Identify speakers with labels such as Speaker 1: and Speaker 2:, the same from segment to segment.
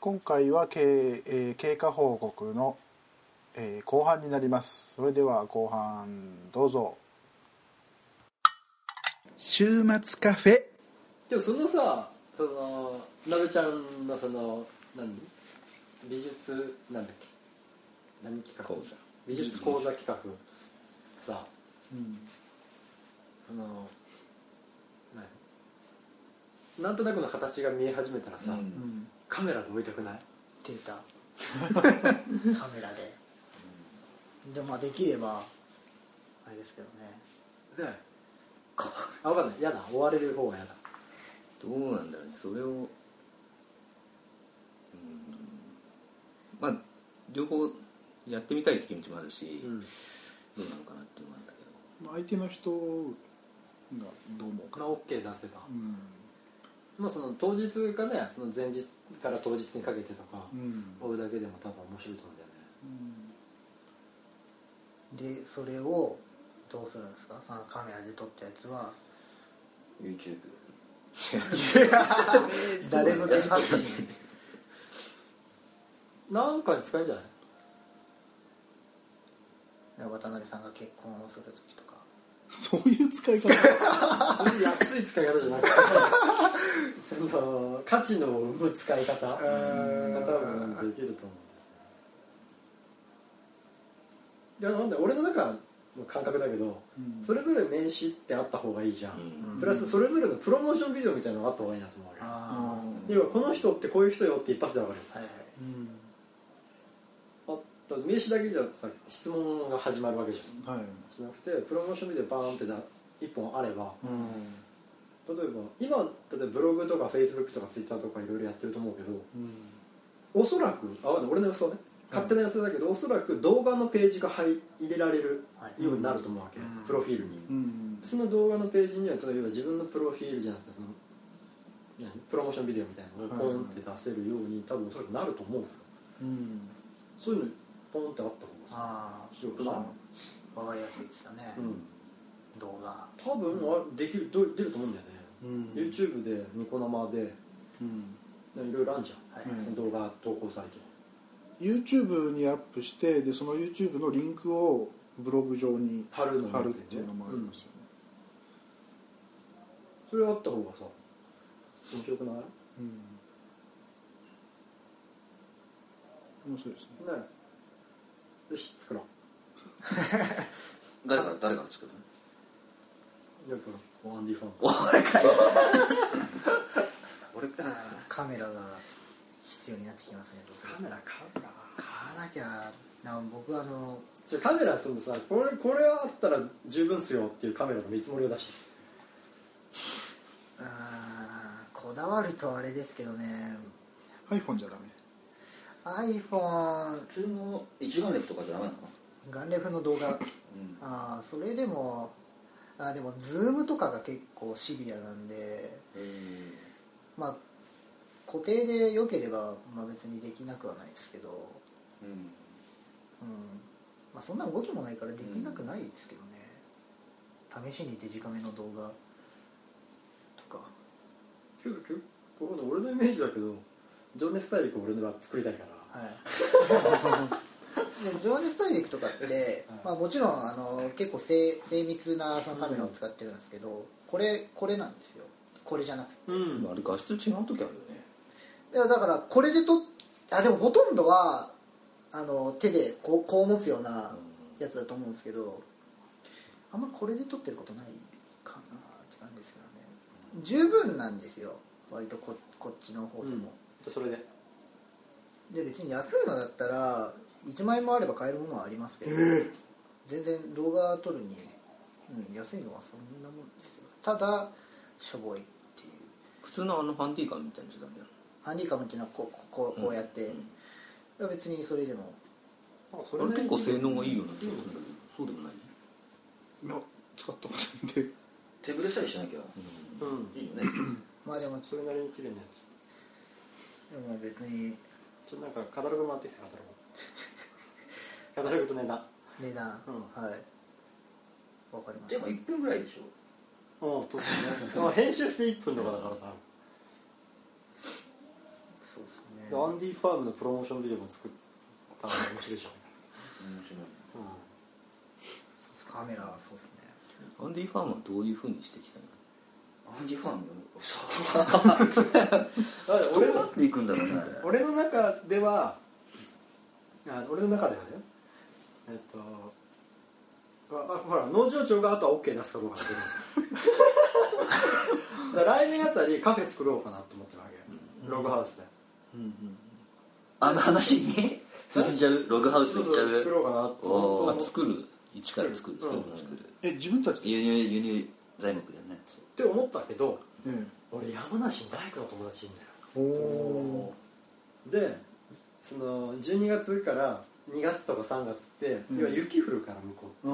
Speaker 1: 今回は経,、えー経過報告の、えー後半になりますそれでは後半どうぞ
Speaker 2: 週末カフェ
Speaker 3: でもそのさそのなべちゃんのその何美術なんだっけ何企画
Speaker 4: 講座
Speaker 3: 美術講座企画さ
Speaker 1: うん
Speaker 3: その何なんとなくの形が見え始めたらさ、
Speaker 4: うん
Speaker 1: うん
Speaker 3: カメラで追いたくない
Speaker 5: 出た カメラででもまあできればあれですけどね
Speaker 3: ねあ分かんない嫌だ追われる方が嫌だ
Speaker 4: どうなんだろうねそれをうんまあ両方やってみたいって気持ちもあるし、
Speaker 3: うん
Speaker 4: どうなのかなっていうのもあるんだけど
Speaker 1: まあ相手の人がどう思うか
Speaker 3: まあ OK 出せば、
Speaker 1: うん
Speaker 3: まあその当日かねその前日から当日にかけてとか
Speaker 1: うん
Speaker 3: 追うだけでも多分面白いと思うんだよね
Speaker 1: うん
Speaker 5: でそれをどうするんですかそのカメラで撮ったやつは
Speaker 4: YouTube
Speaker 5: 誰向け発信
Speaker 3: なんかに使えんじゃない
Speaker 5: 渡辺さんが結婚をする時とか
Speaker 1: そういう使い方
Speaker 3: そういう安い使い方じゃなくてその価値の生む使い方が多分できると思うんだよねいやなんだ俺の中の感覚だけど
Speaker 1: うん
Speaker 3: それぞれ名刺ってあった方がいいじゃ、
Speaker 4: うんん
Speaker 3: プラスそれぞれのプロモーションビデオみたいなのがあった方がいいなと思うよ
Speaker 5: あ
Speaker 3: 要はこの人ってこういう人よって一発で分かるやつ
Speaker 5: あはいはい
Speaker 1: うん
Speaker 3: あと名刺だけじゃさ質問が始まるわけじゃん
Speaker 1: はい
Speaker 3: じゃなくてプロモーションビデオバーンってな一本あれば
Speaker 1: うん
Speaker 3: 例えば今例えばブログとかフェイスブックとかツイッターとかいろいろやってると思うけど
Speaker 1: うん
Speaker 3: おそらくあ俺の予想ね勝手な予想だけど、おそらく動画のページが入入れられる
Speaker 5: はい
Speaker 3: ようになると思うわけ、
Speaker 5: うん
Speaker 3: プロフィールに、
Speaker 1: うん
Speaker 3: その動画のページには例えば自分のプロフィールじゃなくてその何プロモーションビデオみたいなのをポンって出せるように、多分おそらくなると思うよ
Speaker 1: うん
Speaker 3: そういうのポンってあった方がさ
Speaker 5: あ
Speaker 3: そうかな
Speaker 5: あわかりやすいですよね、
Speaker 3: うん
Speaker 5: 動画
Speaker 3: 多分あできるどう出ると思うんだよね、
Speaker 1: うん
Speaker 3: YouTube でニコ生で
Speaker 1: うん
Speaker 3: いろいろあるじゃん、
Speaker 5: はい、
Speaker 1: うん
Speaker 3: その動画投稿サイト
Speaker 1: YouTube にアップしてでその YouTube のリンクをブログ上に
Speaker 3: 貼るの
Speaker 1: 貼
Speaker 3: も
Speaker 1: るっていうのもありますよね、
Speaker 3: うんそれあった方がさ面白くない
Speaker 1: 面白いですね
Speaker 3: ねよし作ろう
Speaker 4: 誰から誰から作る
Speaker 3: や
Speaker 4: の
Speaker 3: っぱアンディファン
Speaker 4: 俺か
Speaker 5: カメラが必要になってきますねどうする
Speaker 3: メラカメラ
Speaker 5: 買わなきゃな僕はあの
Speaker 3: じゃカメラそのさこれこれあったら十分っすよっていうカメラの見積もりを出して
Speaker 5: うーんこだわるとあれですけどね
Speaker 1: iPhone じゃダメ
Speaker 5: iPhone
Speaker 4: 普通の一眼レフとかじゃダメなの
Speaker 5: ガンレフの動画
Speaker 4: うん
Speaker 5: あーそれでもあーでもズームとかが結構シビアなんでまあ固定で良ければ、まあ、別にできなくはないですけど、
Speaker 4: うん
Speaker 5: うんまあ、そんな動きもないからできなくないですけどね、試しにデジカメの動画とか
Speaker 3: けど結構これ俺のイメージだけど情熱大陸を俺のは作りたいから
Speaker 5: はい で情熱大陸とかって、まあ、もちろんあの結構精精密なそのカメラを使ってるんですけど、これこれなんですよこれじゃなく
Speaker 3: う
Speaker 5: て
Speaker 4: で
Speaker 3: ん
Speaker 4: もあれ画質違う時あるよね
Speaker 5: いやだからこれでとっあでもほとんどはあの手でこうこう持つようなやつだと思うんですけどあんまこれで撮ってることないかなって感じですけどね十分なんですよ割とここっちの方でも、
Speaker 3: じゃそれで
Speaker 5: で別に安いのだったら1万円もあれば買えるものはありますけど、全然動画撮るに、うん、安いのはそんなもんですよただしょぼいっていう
Speaker 4: 普通のあのハンディカムみたいな時代だよ
Speaker 5: ハンディカムっていうのはこうこうこうやって、いや別にそれでも
Speaker 3: そ
Speaker 4: あれ結構性能がいいよう
Speaker 3: ね
Speaker 4: な気がするんだけどそうでもない
Speaker 1: いや使ったことないんで
Speaker 6: 手ぶれさえしなきゃ
Speaker 3: うん
Speaker 6: いい よね
Speaker 5: まあでも
Speaker 3: それなりに綺麗なや
Speaker 5: でも別に
Speaker 3: つちょっとなんかカタログ回ってきてカ タログカタログと値段
Speaker 5: 値段、
Speaker 3: う
Speaker 5: はいわかりまし
Speaker 6: で
Speaker 5: た
Speaker 6: も1分ぐらいでしょ
Speaker 3: うんそうですねでも編集して1分とかだからさ
Speaker 5: そうですね
Speaker 3: でアンディファームのプロモーションビデオも作ったら面白いじゃん、
Speaker 6: 面白
Speaker 3: う
Speaker 6: い
Speaker 3: ん
Speaker 5: カメラはそうですね
Speaker 4: アンディファームはどういうふうにしてきたの
Speaker 6: アンディファームそう
Speaker 3: だから俺
Speaker 6: どうな
Speaker 3: の
Speaker 6: っていくんだろうね あれ
Speaker 3: 俺の中ではあ俺の中ではねえっとああほら農場長があとは OK 出すかどうかっていう のだから来年あたりカフェ作ろうかなと思ってるわけよ、ログハウスで
Speaker 6: あの話に進んじゃうログハウス行っちゃ
Speaker 3: そうそう作
Speaker 6: う
Speaker 3: ろうかなと思
Speaker 6: お
Speaker 3: う
Speaker 6: ー
Speaker 4: あ
Speaker 3: と
Speaker 4: 作る一から作る、
Speaker 3: うん
Speaker 6: 作る
Speaker 1: え自分たちで
Speaker 6: 輸入輸入材木だよね
Speaker 3: って思ったけど
Speaker 1: うん
Speaker 3: 俺山梨に大工の友達いるんだ
Speaker 1: お
Speaker 3: よ
Speaker 1: お
Speaker 3: でその12月から2月とか3月って、要は雪降るから向こう
Speaker 1: う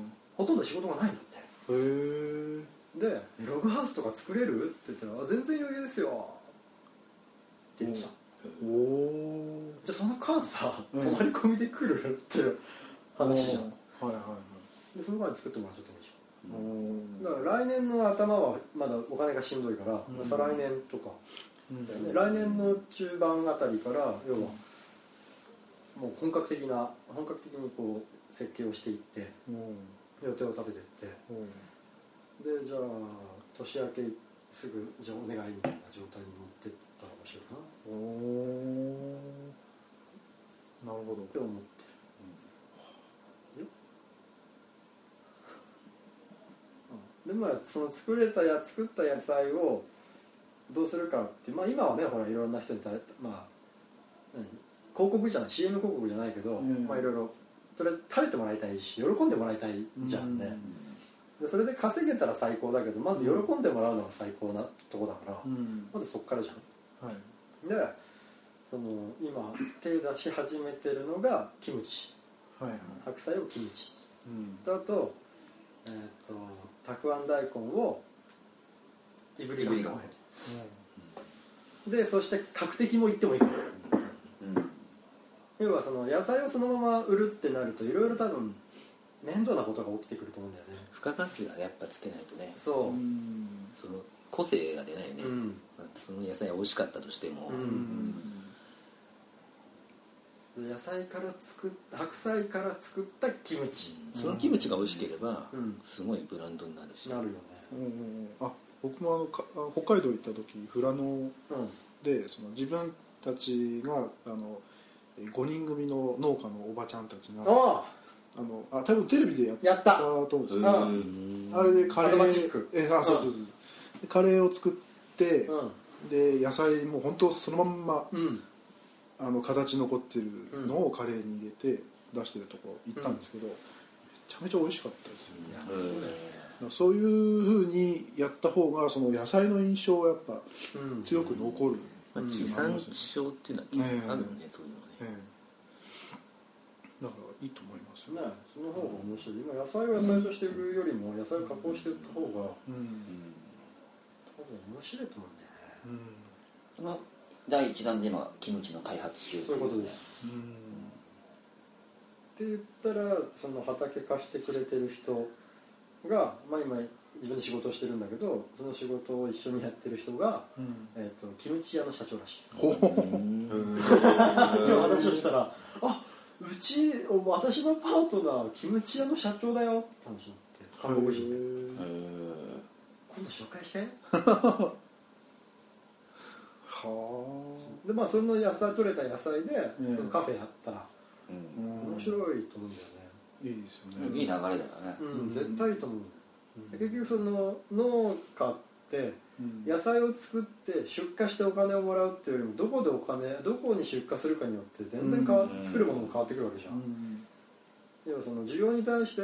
Speaker 1: ん
Speaker 3: ほとんど仕事がないんだって
Speaker 1: へえ
Speaker 3: で「ログハウスとか作れる?」って言ったらあ「全然余裕ですよ」って言ってた、
Speaker 1: おお
Speaker 3: じゃあその間さ、
Speaker 1: うん
Speaker 3: 泊まり込みで来るっていう話じゃん
Speaker 1: はいはいはい
Speaker 3: でその前に作ってもらっちゃってもいいじゃ
Speaker 1: おー
Speaker 3: んだから来年の頭はまだお金がしんどいから、
Speaker 1: ん
Speaker 3: まあ再来年とか、
Speaker 1: うん
Speaker 3: ね来年の中盤あたりから要はもう本格的な本格的にこう設計をしていって
Speaker 1: うん
Speaker 3: 予定を立ててって
Speaker 1: うん
Speaker 3: でじゃあ年明けすぐじゃあお願いみたいな状態に持ってったら面白いかな
Speaker 1: おおなるほど
Speaker 3: って思ってる、 うんでまあその作れたや作った野菜をどうするかってまあ今はねほらいろんな人にたまあ何広告じゃない CM 広告じゃないけど、
Speaker 1: うん
Speaker 3: まあいろいろそれ食べてもらいたいし喜んでもらいたいじゃんね、でそれで稼げたら最高だけどまず喜んでもらうのが最高なとこだから、
Speaker 1: うん
Speaker 3: まずそっからじゃん
Speaker 1: はい
Speaker 3: でその今手出し始めてるのがキムチ
Speaker 1: はいはい
Speaker 3: 白菜をキムチ
Speaker 1: うん
Speaker 3: とあと,、えー、とたくあん大根をいぶりがっこ
Speaker 6: いぶりがっこ
Speaker 3: でそして角的もいってもいい
Speaker 6: うんうん
Speaker 3: 要はその野菜をそのまま売るってなるといろいろ多分面倒なことが起きてくると思うんだよね
Speaker 4: 付加価値がやっぱつけないとね
Speaker 3: そううん
Speaker 4: その個性が出ないよね、
Speaker 3: うん
Speaker 4: まあその野菜が美味しかったとしても、
Speaker 3: うん野菜から作っ白菜から作ったキムチ
Speaker 4: そのキムチが美味しければ、
Speaker 3: うん
Speaker 4: すごいブランドになるし
Speaker 3: なるよね
Speaker 1: うんうんうんあ僕もあのかあ北海道行った時富良野
Speaker 3: うん
Speaker 1: でその自分たちがあのえー5人組の農家のおばちゃんたちがあ
Speaker 3: あ
Speaker 1: のあ多分テレビでやっ
Speaker 3: やった
Speaker 1: たと思うんですよ
Speaker 3: ん
Speaker 6: う
Speaker 4: うんん
Speaker 1: あれでカレ
Speaker 3: アド
Speaker 1: ー
Speaker 3: マチック
Speaker 1: えあそうそうそうそうでカレーを作って、
Speaker 3: あ
Speaker 1: で野菜もう本当そのまんま
Speaker 3: うんうん
Speaker 1: あの形残ってるのをカレーに入れて出してるとこ行ったんですけど、めちゃめちゃ美味しかったですよ、
Speaker 3: いや
Speaker 6: う
Speaker 3: そうだよね
Speaker 6: ん
Speaker 1: だからそういうふうにやった方がその野菜の印象はやっぱ
Speaker 3: うん
Speaker 1: 強く残る、
Speaker 4: まあ
Speaker 3: うん
Speaker 4: 地産地消っていうのは
Speaker 1: ねえ
Speaker 4: あるねそういうのは
Speaker 1: え
Speaker 4: ね
Speaker 1: えだからいいと思いますよ
Speaker 3: ね、その方が面白い今野菜を野菜として売るよりも野菜を加工して売った方が多分
Speaker 1: うん、
Speaker 3: 面白いと思うんだよね
Speaker 1: うん
Speaker 6: その第一弾で今キムチの開発中
Speaker 3: そういうことですって言ったらその畑貸してくれてる人が、まあ、今自分で仕事をしてるんだけどその仕事を一緒にやってる人が、
Speaker 1: うん
Speaker 3: えー、とキムチ屋の社長らしいです
Speaker 4: うん
Speaker 3: 今日話をしたら「あうち私のパートナーキムチ屋の社長だよ」って話になって韓国人で
Speaker 1: へえ
Speaker 3: 今度紹介して
Speaker 1: は
Speaker 3: でまあその野菜取れた野菜で、
Speaker 1: うん
Speaker 3: そのカフェやったら
Speaker 6: う
Speaker 1: あ、うんん
Speaker 3: 面白いと思うんだよね、
Speaker 1: いいですよ
Speaker 6: うん
Speaker 1: ね
Speaker 6: いい流れだよね
Speaker 3: うん
Speaker 1: うん
Speaker 3: 絶対いいと思う、
Speaker 1: ん
Speaker 3: 結局その農家って
Speaker 1: うん
Speaker 3: 野菜を作って出荷してお金をもらうっていうよりもどこでお金どこに出荷するかによって全然変わ、
Speaker 6: うん
Speaker 3: 作るものも変わってくるわけじゃん、
Speaker 1: うん
Speaker 3: 要はその需要に対して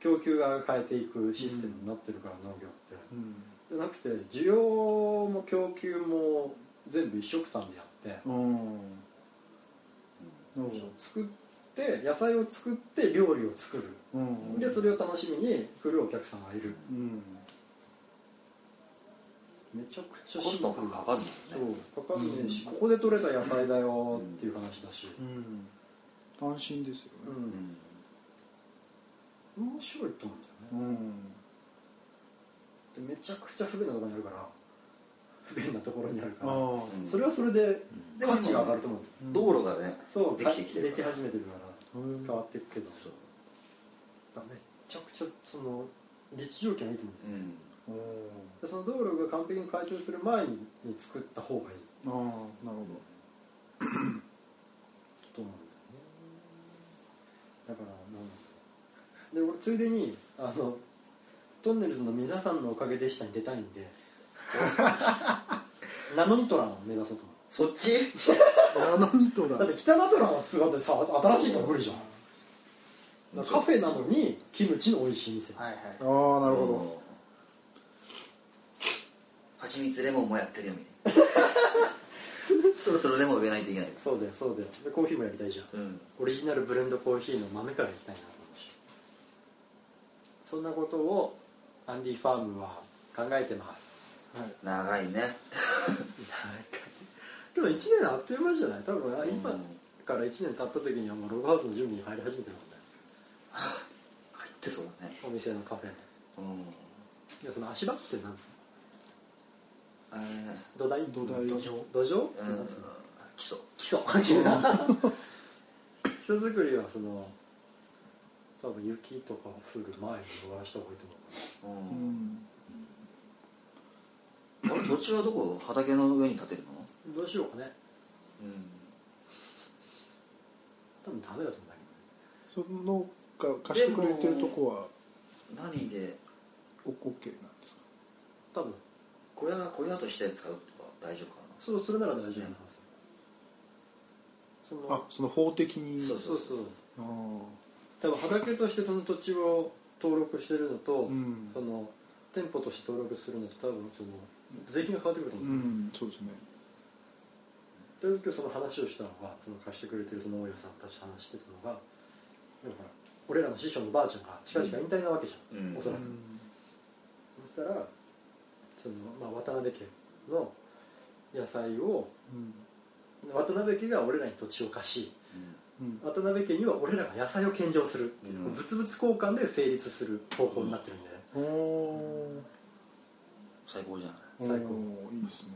Speaker 3: 供給側が変えていくシステムになってるから、農業って
Speaker 1: うん
Speaker 3: じゃなくて需要も供給も全部一緒くたんでやって、
Speaker 1: うんなるほ
Speaker 3: 作って野菜を作って料理を作る
Speaker 1: どうん
Speaker 3: でそれを楽しみに来るお客さんがいる
Speaker 1: うん
Speaker 3: めちゃくちゃ
Speaker 6: コストもかかるんだよね
Speaker 3: そうかかんねえし、ここで採れた野菜だよっていう話だし、
Speaker 1: うん安心ですよ
Speaker 3: う
Speaker 1: ね
Speaker 3: ん
Speaker 6: うん
Speaker 3: 面白いと思うんだよ
Speaker 1: う
Speaker 3: ね、
Speaker 1: ん
Speaker 3: でめちゃくちゃ不便なところにあるから不便なところにあるか
Speaker 1: ああ
Speaker 3: ら
Speaker 1: ー
Speaker 6: うん
Speaker 3: それはそれで
Speaker 6: でも
Speaker 3: 価値が上がると思う
Speaker 6: 道路がね
Speaker 3: そう
Speaker 6: できてきて
Speaker 3: で
Speaker 6: る
Speaker 3: き
Speaker 6: から
Speaker 3: 始めてるから変わっていくけど
Speaker 6: そう
Speaker 3: だめちゃくちゃその立地条件がいいと思うんだよ
Speaker 6: うん
Speaker 1: おー
Speaker 3: でその道路が完璧に開通する前に作った方がいい
Speaker 1: ああなるほど
Speaker 3: と思うんだよねだからなんで俺ついでにあのトンネルズの皆さんのおかげでしたに出たいん でナノニトランを目指そうと思
Speaker 6: そっち
Speaker 1: ナノニトラ
Speaker 3: うだって北ナトランは通話でさ新しいのは無理じゃんだからカフェなのにキムチの美味しい店
Speaker 5: はい
Speaker 1: あ
Speaker 5: はい
Speaker 1: あなるほ
Speaker 6: ど蜂蜜レモンもやってるよみたいなそろそろレモン植えないといけないです
Speaker 3: そうだよそうだよでコーヒーもやりたいじゃん
Speaker 6: うん
Speaker 3: オリジナルブレンドコーヒーの豆からいきたいなと思うしそんなことをアンディファームは考えてます
Speaker 6: 長いね
Speaker 3: でも1年あっという間じゃない多分あ今
Speaker 6: うん
Speaker 3: から1年経った時にはもうログハウスの準備に入り始めてるもんね
Speaker 6: 入ってそうだね
Speaker 3: お店のカフェの
Speaker 6: うん
Speaker 3: いやその足場ってなんつう
Speaker 6: あれ
Speaker 3: の土台
Speaker 1: 土台
Speaker 3: 土壌土壌って
Speaker 6: う
Speaker 3: なんんつうの
Speaker 6: 基礎
Speaker 3: 基礎基礎作りはその多分雪とか降る前に終わらした方がいいと思う
Speaker 6: う
Speaker 1: どうんん
Speaker 6: あれ土地はどこ畑の上に建てるの
Speaker 3: どうしようかね
Speaker 6: うん
Speaker 3: 多分ダメだと思うんだ
Speaker 1: そ
Speaker 3: けど
Speaker 1: のが貸してくれてるとこは
Speaker 6: 何で
Speaker 1: オッケーなんですか
Speaker 3: 多分
Speaker 6: 小屋小屋として使うとか大丈夫かな
Speaker 3: そうそれなら大丈夫なはず、そ
Speaker 1: あ
Speaker 3: の
Speaker 1: その法的に
Speaker 6: そう
Speaker 3: そうそう
Speaker 1: あ
Speaker 3: 多分畑としてその土地を登録してるのと、
Speaker 1: あうん
Speaker 3: その店舗として登録するのと多分その税金が変わってくると
Speaker 1: う
Speaker 3: 思う、
Speaker 1: んそうですね
Speaker 3: とりあえず今日その話をしたのがその貸してくれてるその大家さんたちと話してたのがでもほら俺らの師匠のばあちゃんが近々引退なわけじゃん、
Speaker 6: うん
Speaker 3: おそら
Speaker 1: う
Speaker 3: く、
Speaker 1: ん
Speaker 3: そしたらその、まあ、渡辺家の野菜を
Speaker 1: うん
Speaker 3: 渡辺家が俺らに土地を貸し
Speaker 1: うん
Speaker 3: 渡辺家には俺らが野菜を献上するっていう、
Speaker 6: うん
Speaker 3: 物々交換で成立する方向になってるんで、
Speaker 1: おお
Speaker 6: 最高じゃない
Speaker 1: ー
Speaker 3: 最高
Speaker 1: おーいいですね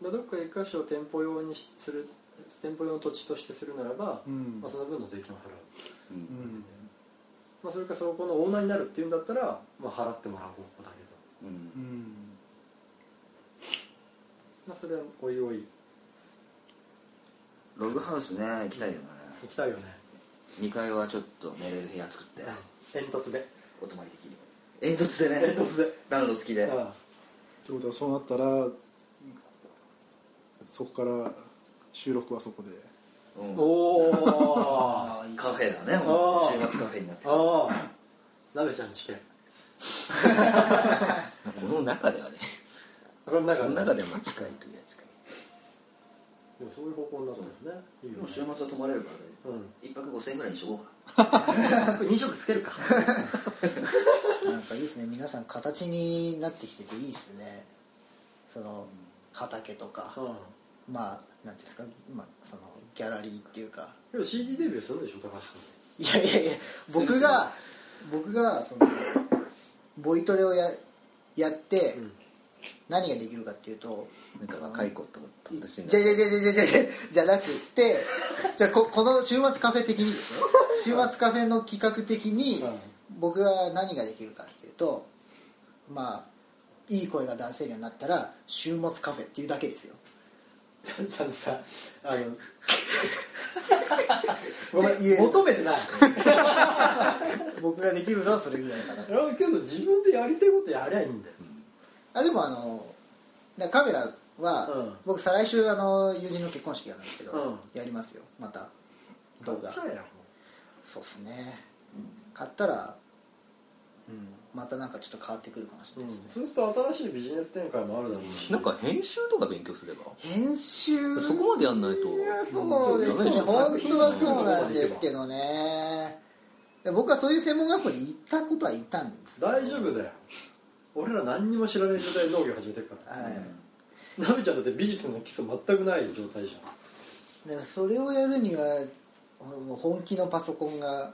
Speaker 3: だからどっか一箇所を店舗用にしする店舗用の土地としてするならば、
Speaker 1: うん
Speaker 3: まあ、その分の税金を払
Speaker 1: う
Speaker 3: う、
Speaker 1: ん
Speaker 3: まあ、それかそこのオーナーになるっていうんだったら、まあ、払ってもらう方向だけ
Speaker 1: う
Speaker 3: ど、
Speaker 6: う
Speaker 1: んん
Speaker 3: まあ、それはおいおい
Speaker 6: ログハウスね行きたいよね
Speaker 3: 行きたいよね
Speaker 6: 2階はちょっと寝れる部屋作って
Speaker 3: 煙突で
Speaker 6: お泊まりできる煙突でね
Speaker 3: 煙突で
Speaker 6: 暖炉付きで
Speaker 3: うん
Speaker 1: ってことはそうなったらそこから収録はそこで
Speaker 6: うん
Speaker 3: お お
Speaker 6: カフェだね
Speaker 3: あー
Speaker 6: 週末カフェになってるこ
Speaker 3: ああ鍋ちゃん知見
Speaker 4: この中ではね
Speaker 3: この中
Speaker 4: こ
Speaker 3: で
Speaker 4: の中でも近いというやつか
Speaker 3: でもそういう方向になったよねいいよ
Speaker 6: もう週
Speaker 3: ね
Speaker 6: 末は泊まれるからね
Speaker 3: うん
Speaker 6: 一泊5000円ぐらいにしとこ う
Speaker 3: 2色つけるか
Speaker 5: なんかいいですね皆さん形になってきてていいですねその畑とか、
Speaker 3: うん
Speaker 5: まあなんていうんですか、まあ、そのギャラリーっていうか
Speaker 3: でも CD デビューするんでしょ高橋
Speaker 5: いやいやいや僕が僕がそのボイトレをややって、
Speaker 3: 君、うん、
Speaker 5: 何ができるかっていうと
Speaker 4: なんか若い子と友達に
Speaker 5: じゃじゃじゃじゃじゃじゃじゃなく ってじゃあここの週末カフェ的にですよ週末カフェの企画的に
Speaker 3: うん
Speaker 5: 僕は何ができるかっていうとまあいい声が出せるようになったら週末カフェっていうだけですよ
Speaker 3: たださあの ごめ
Speaker 5: って言え
Speaker 3: ん
Speaker 5: る
Speaker 3: 求めてない
Speaker 5: 僕ができるのはそれぐらいかな
Speaker 3: 俺けど自分でやりたいことやりゃいいんだよ、
Speaker 5: あでもあのだカメラは、
Speaker 3: うん
Speaker 5: 僕再来週あの友人の結婚式やるんですけど、
Speaker 3: うん
Speaker 5: やりますよまた動画
Speaker 3: やっちゃえよ
Speaker 5: そうっすね買ったら
Speaker 3: う
Speaker 5: またなんかちょっと変わってくるかもしれ
Speaker 3: ん
Speaker 5: ないですね、
Speaker 3: そうすると新しいビジネス展開もあるだろうし
Speaker 4: なんか編集とか勉強すれば
Speaker 5: 編集
Speaker 4: そこまでやんないと
Speaker 5: いやそうですね
Speaker 4: うん
Speaker 5: 本当はそうなんですけどねで僕はそういう専門学校に行ったことは行ったんですけど
Speaker 3: 大丈夫だよ俺ら何にも知らない状態で農業始めてるから
Speaker 5: はい、
Speaker 3: ナベちゃんだって美術の基礎全くない状態じゃん
Speaker 5: でもそれをやるにはもう本気のパソコンが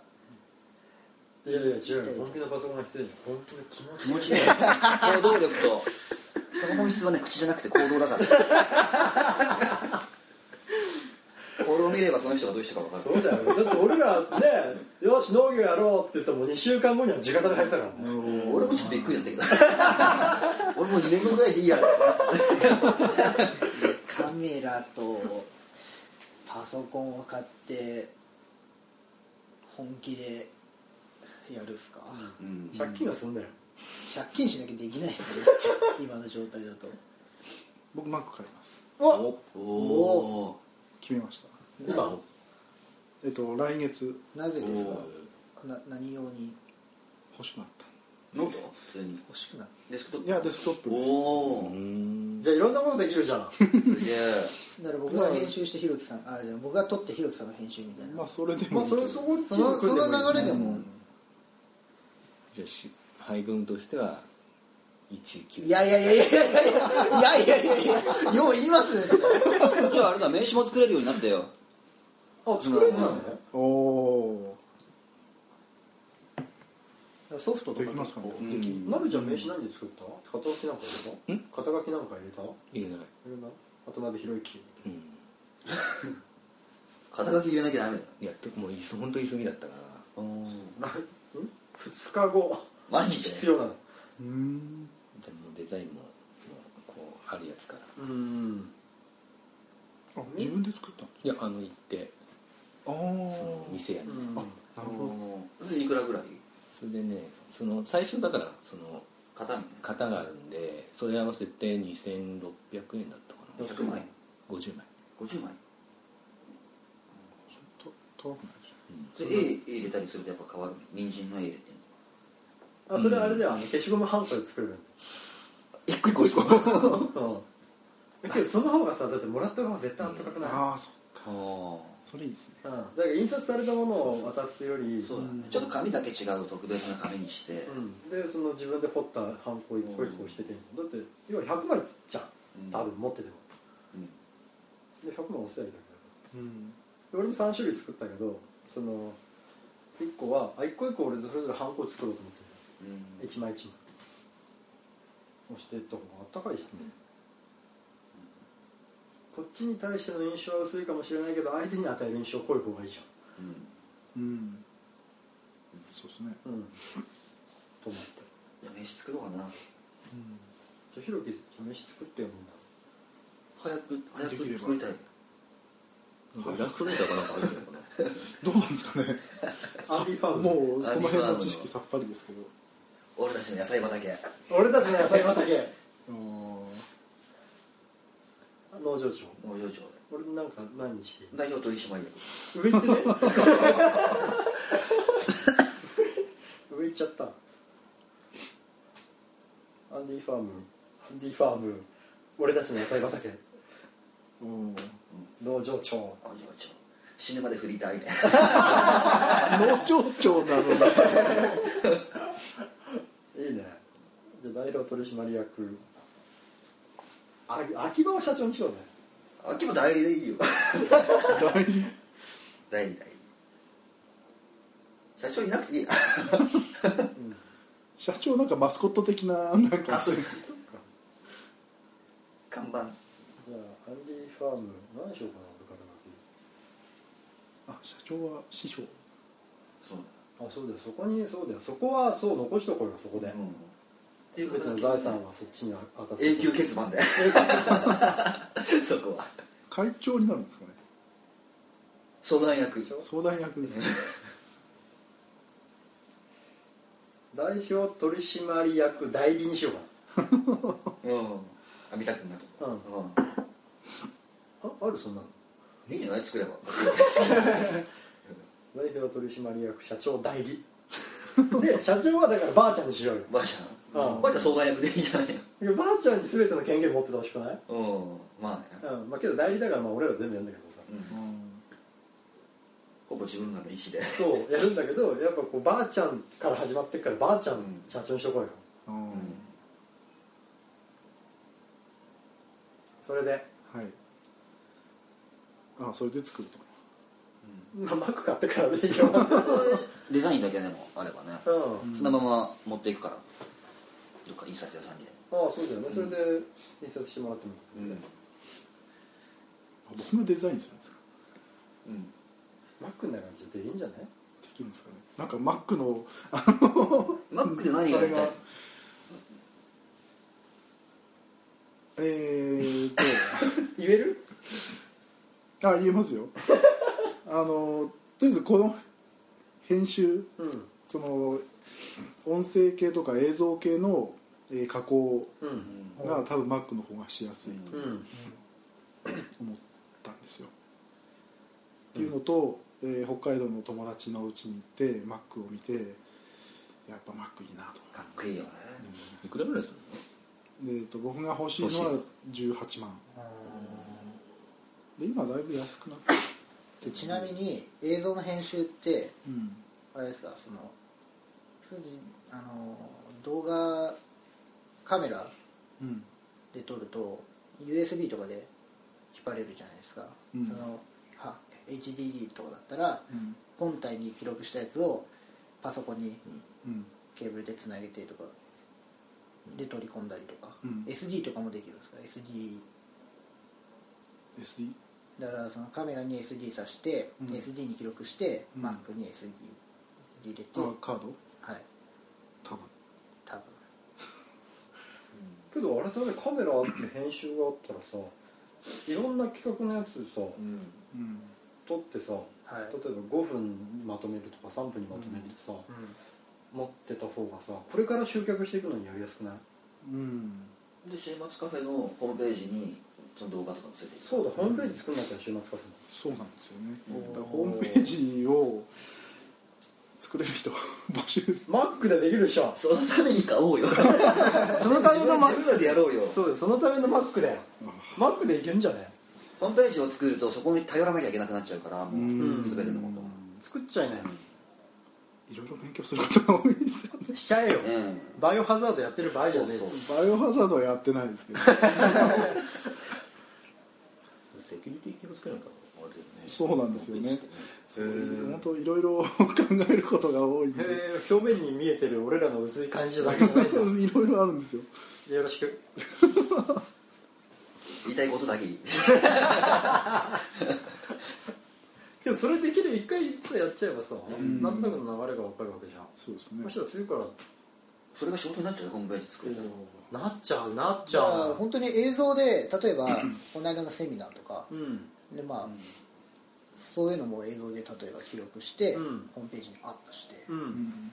Speaker 3: いやいや違うよ本気のパソコンが必要じゃん本気の気持ち
Speaker 6: 気持ちいいよ行動力とその本質はね口じゃなくて行動だから人がどういう人か分かる
Speaker 3: そうだよねだって俺らねよし農業やろうって言っても2週間後には地方で入ってたからね
Speaker 6: 俺もちょっとびっくりだったけ ど俺もう2年後ぐらいでいいやろ
Speaker 5: カメラとパソコンを買って本気でやるっすか、
Speaker 6: うん
Speaker 3: 借金はすんだよ
Speaker 5: 借金しなきゃできないっすね 今の状態だと
Speaker 1: 僕マック買います
Speaker 3: お
Speaker 6: お
Speaker 5: お
Speaker 6: お
Speaker 1: 決めました
Speaker 3: 今も
Speaker 1: えっと来月
Speaker 5: なぜですか
Speaker 6: お
Speaker 5: な何用に
Speaker 1: 欲しくなっ
Speaker 6: ノート普通に
Speaker 5: 欲しくなる
Speaker 6: デスクトッ
Speaker 1: た
Speaker 6: プ
Speaker 1: いやデスクトップ
Speaker 6: お
Speaker 1: で
Speaker 6: お
Speaker 3: じゃあいろんなことできるじゃん
Speaker 6: すげえ
Speaker 5: だから僕が編集してひろきさんあじゃあ僕が撮ってひろきさんの編集みたいな、
Speaker 1: まあそれでも
Speaker 3: まあ
Speaker 1: いいけ
Speaker 3: そ
Speaker 1: ど
Speaker 3: れそこ
Speaker 5: そのその流れで
Speaker 3: も
Speaker 5: も、
Speaker 4: じゃあし配分としては19
Speaker 5: いやいやいやいやいやいやいやいやいやよう言いますねそれ
Speaker 6: じゃああれだ名刺も作れるようになったよ
Speaker 3: あ作れるんだね
Speaker 1: おお
Speaker 5: ソフトとか
Speaker 1: できますかね
Speaker 6: うん
Speaker 3: なるちゃん名刺何で作った肩書きなんか入れた肩書きなんか入れた入
Speaker 4: 入れ
Speaker 3: れ
Speaker 4: ない、
Speaker 3: ない渡辺博之
Speaker 4: うん、
Speaker 6: 肩書き入れなきゃダメだ
Speaker 4: いやもういそ本当に急ぎだったか
Speaker 6: お
Speaker 4: ら
Speaker 6: お
Speaker 3: 来ん2日後
Speaker 6: マジで
Speaker 3: 必要なの
Speaker 1: うーん
Speaker 4: でもデザインももうこうあるやつから
Speaker 3: うん
Speaker 1: あ自分で作ったの
Speaker 4: いやあの行って
Speaker 1: あ
Speaker 4: その
Speaker 1: あ
Speaker 4: 店屋に、
Speaker 3: うん
Speaker 1: なるほど
Speaker 6: どそれいくらぐらい
Speaker 4: それでねその最初だからその
Speaker 6: 肩み
Speaker 4: 型があるんでそれ合わせて2600円だったか
Speaker 6: たい
Speaker 4: な
Speaker 6: な100枚
Speaker 4: 50枚
Speaker 6: 50枚
Speaker 1: と高くないでし
Speaker 6: それ A, A 入れたりするとやっぱ変わる人参の A 入れてんの
Speaker 3: あそれあれだよあの消しゴムハンコで作る
Speaker 6: 一個一個一個
Speaker 3: うんだけどその方がさだってもらった方が絶対あったかく
Speaker 1: ょ
Speaker 3: ない
Speaker 1: ああそ
Speaker 6: ああ
Speaker 1: それいいですね
Speaker 3: うんだから印刷されたものを渡すより
Speaker 6: そうだねちょっと紙だけ違う特別な紙にして
Speaker 3: うんでその自分で彫ったハンコ一個一個しててだって要は100枚じゃ
Speaker 6: うん
Speaker 3: ん多分持ってても
Speaker 6: うん
Speaker 3: で100枚押せばいいんだ
Speaker 1: うん
Speaker 3: けど俺も3種類作ったけどその1個はあ1個1個俺それぞれハンコ作ろうと思って
Speaker 6: うん
Speaker 3: る1枚1枚押していった方があったかいじゃん、こっちに対しての印象は薄いかもしれないけど相手に与える印象濃い方がいいじ
Speaker 6: うん
Speaker 1: うんそうですね
Speaker 3: ゃんうんと思って
Speaker 6: いや名刺作ろうかな
Speaker 1: うん
Speaker 3: じゃあひろき飯作ってよみんな
Speaker 6: 早く早
Speaker 1: できれ
Speaker 6: く
Speaker 1: ば
Speaker 6: 作りたい
Speaker 4: なんかイラストレーターかなんか入ってるの かな
Speaker 1: どうなんですかね
Speaker 3: アンディファーム
Speaker 1: もうその辺の知識さっぱりですけど
Speaker 6: 俺たちの野菜畑
Speaker 3: 俺たちの野菜畑
Speaker 1: あー
Speaker 3: 農場長
Speaker 6: 農場長
Speaker 3: 俺なんか何して
Speaker 6: 代表取締役
Speaker 3: 上行ってね上行っちゃったアンディファームアンディファーム俺たちの野菜畑
Speaker 1: おー
Speaker 3: 農場長
Speaker 6: 農場長死ぬまで振りたいね
Speaker 1: 農場長なのに
Speaker 3: いいねじゃあ代表取締役あ秋葉を社長にしようぜ
Speaker 6: 秋も代理でいいよ
Speaker 1: 代理
Speaker 6: 代理代理社長いなくていいや
Speaker 1: 社長なんかマスコット的ななんか
Speaker 6: あそうそうそう看板
Speaker 3: じゃあアンディファーム何しようかな俺から
Speaker 1: あ社長は師匠
Speaker 6: そう
Speaker 3: あそうだよそこにそうだよそこはそう残しとこうよそこで、
Speaker 6: だ、うん、
Speaker 3: 全ての財産はそっちに渡す
Speaker 6: 永久欠番でそこは
Speaker 1: 会長になるんですかね
Speaker 6: 相談役
Speaker 1: 相談役ですね
Speaker 3: 代表取締役代理にしよう
Speaker 6: うんあ見たくなる
Speaker 3: かなうん
Speaker 6: う
Speaker 3: ああるそんなの
Speaker 6: んいいんじゃない作 れば
Speaker 3: 代表取締役社長代理 で社長はだからばあちゃんにしようよ
Speaker 6: ばあちゃん、
Speaker 3: うん
Speaker 6: ばあちゃん相談役でいいんじゃない
Speaker 3: いやばあちゃんに全ての権限持っててほしくない
Speaker 6: のうんまあね、
Speaker 3: うんまあけど代理だからまあ俺ら全部やるんだけどさ
Speaker 6: うん、
Speaker 1: うん
Speaker 6: ほぼ自分らの意思で
Speaker 3: そうやるんだけどやっぱこうばあちゃんから始まってっからばあちゃん
Speaker 6: うん
Speaker 3: 社長にしとこうよ
Speaker 1: う
Speaker 6: うん
Speaker 3: それで
Speaker 1: はいあそれで作ると
Speaker 3: まあマック買ってからでいいよ
Speaker 6: デザインだけでもあればね、
Speaker 3: うん
Speaker 1: うん
Speaker 6: そのまま持っていくからどっか印刷屋さんに
Speaker 3: ああそうだよね、それで印刷してもらっても
Speaker 6: うん、
Speaker 1: 僕がデザインするんですか
Speaker 6: うん、
Speaker 3: マックの中にできんじゃない
Speaker 1: できるんですかねなんかマックの
Speaker 6: マックで何がやりたい
Speaker 1: えーっ
Speaker 3: 言える
Speaker 1: と あ言えますよあのとりあえずこの編集
Speaker 3: うん
Speaker 1: その音声系とか映像系の、えー加工
Speaker 3: う
Speaker 6: うんん
Speaker 1: が多分マックの方がしやすいと
Speaker 3: うん
Speaker 1: 思ったんですよ。っていうのと、えー北海道の友達のうちに行ってマックを見てやっぱマックいいなと
Speaker 6: かっこいいよね
Speaker 4: いくらぐらいする
Speaker 1: でえっと僕が欲しいのは18万で今だいぶ安くなって、
Speaker 5: でちなみに映像の編集って
Speaker 1: うん、
Speaker 5: あれですかその普通にあの動画カメラ
Speaker 1: うん
Speaker 5: で撮ると USB とかで引っ張れるじゃないですか、
Speaker 1: うん
Speaker 5: そのは HDD とかだったら
Speaker 1: うん
Speaker 5: 本体に記録したやつをパソコンに
Speaker 1: うん
Speaker 5: ケーブルでつなげてとかで取り込んだりとか、
Speaker 1: うん
Speaker 5: SD とかもできるんですか SD
Speaker 1: SD
Speaker 5: だからそのカメラに SD 挿して、
Speaker 1: うん
Speaker 5: SD に記録して、
Speaker 1: うん
Speaker 5: Mac に SD 入れて、
Speaker 1: あカード
Speaker 5: はい
Speaker 1: 多分
Speaker 5: 多分
Speaker 3: けどあれだねカメラあって編集があったらさいろんな企画のやつさ
Speaker 6: うん
Speaker 1: うん
Speaker 3: 撮ってさ
Speaker 5: はい
Speaker 3: 例えば5分にまとめるとか3分にまとめてさ、
Speaker 5: うん
Speaker 3: 持ってた方がさこれから集客していくのにやりやすくない
Speaker 1: うん
Speaker 6: で週末カフェのホームページにその動画とか載せていく
Speaker 3: そうだホームページ作んなきゃ週末カフ
Speaker 1: そうなんですよね
Speaker 6: うん
Speaker 1: だからホームページを作れる人 募集
Speaker 3: ェマックでできるでしょ
Speaker 6: そのために買おうよ そのためのマックでやろうよ
Speaker 3: そうですそのためのマックだよマックでいけんじゃね
Speaker 6: ホームページを作るとそこに頼らなきゃいけなくなっちゃうからも
Speaker 1: うん
Speaker 6: う全てのこ
Speaker 3: 作っちゃいない
Speaker 1: いろいろ勉強することが多いですよね
Speaker 3: しちゃえよ
Speaker 6: とうん
Speaker 3: バイオハザードやってる場合じゃねえ
Speaker 6: そうそう
Speaker 1: バイオハザードはやってないですけ ど
Speaker 4: のセキュリティ気をつけないとあれだよね
Speaker 1: そうなんですよね
Speaker 4: ホームページっ
Speaker 1: そ
Speaker 4: て
Speaker 1: う本当いろいろ 考えることが多いんで
Speaker 3: へえ表面に見えてる俺らの薄い感じだけじ ゃないんだ
Speaker 1: いろいろあるんですよ
Speaker 3: じゃあよろしく
Speaker 6: 言いたいことだけに
Speaker 3: でもそれできる一回さやっちゃえばさ
Speaker 1: ん
Speaker 3: なんとなくの流れが分かるわけじゃん
Speaker 1: そうですね
Speaker 3: むしろ次から
Speaker 6: それが仕事になっちゃうよホームページ作れたら
Speaker 3: なっちゃうなっち
Speaker 5: じ
Speaker 3: ゃ
Speaker 5: ゃあ
Speaker 3: う
Speaker 5: 本当に映像で例えばこの間のセミナーとか
Speaker 3: うん
Speaker 5: でまあ、そういうのも映像で例えば記録して、
Speaker 3: うん
Speaker 5: ホームページにアップして、
Speaker 3: う
Speaker 1: うんん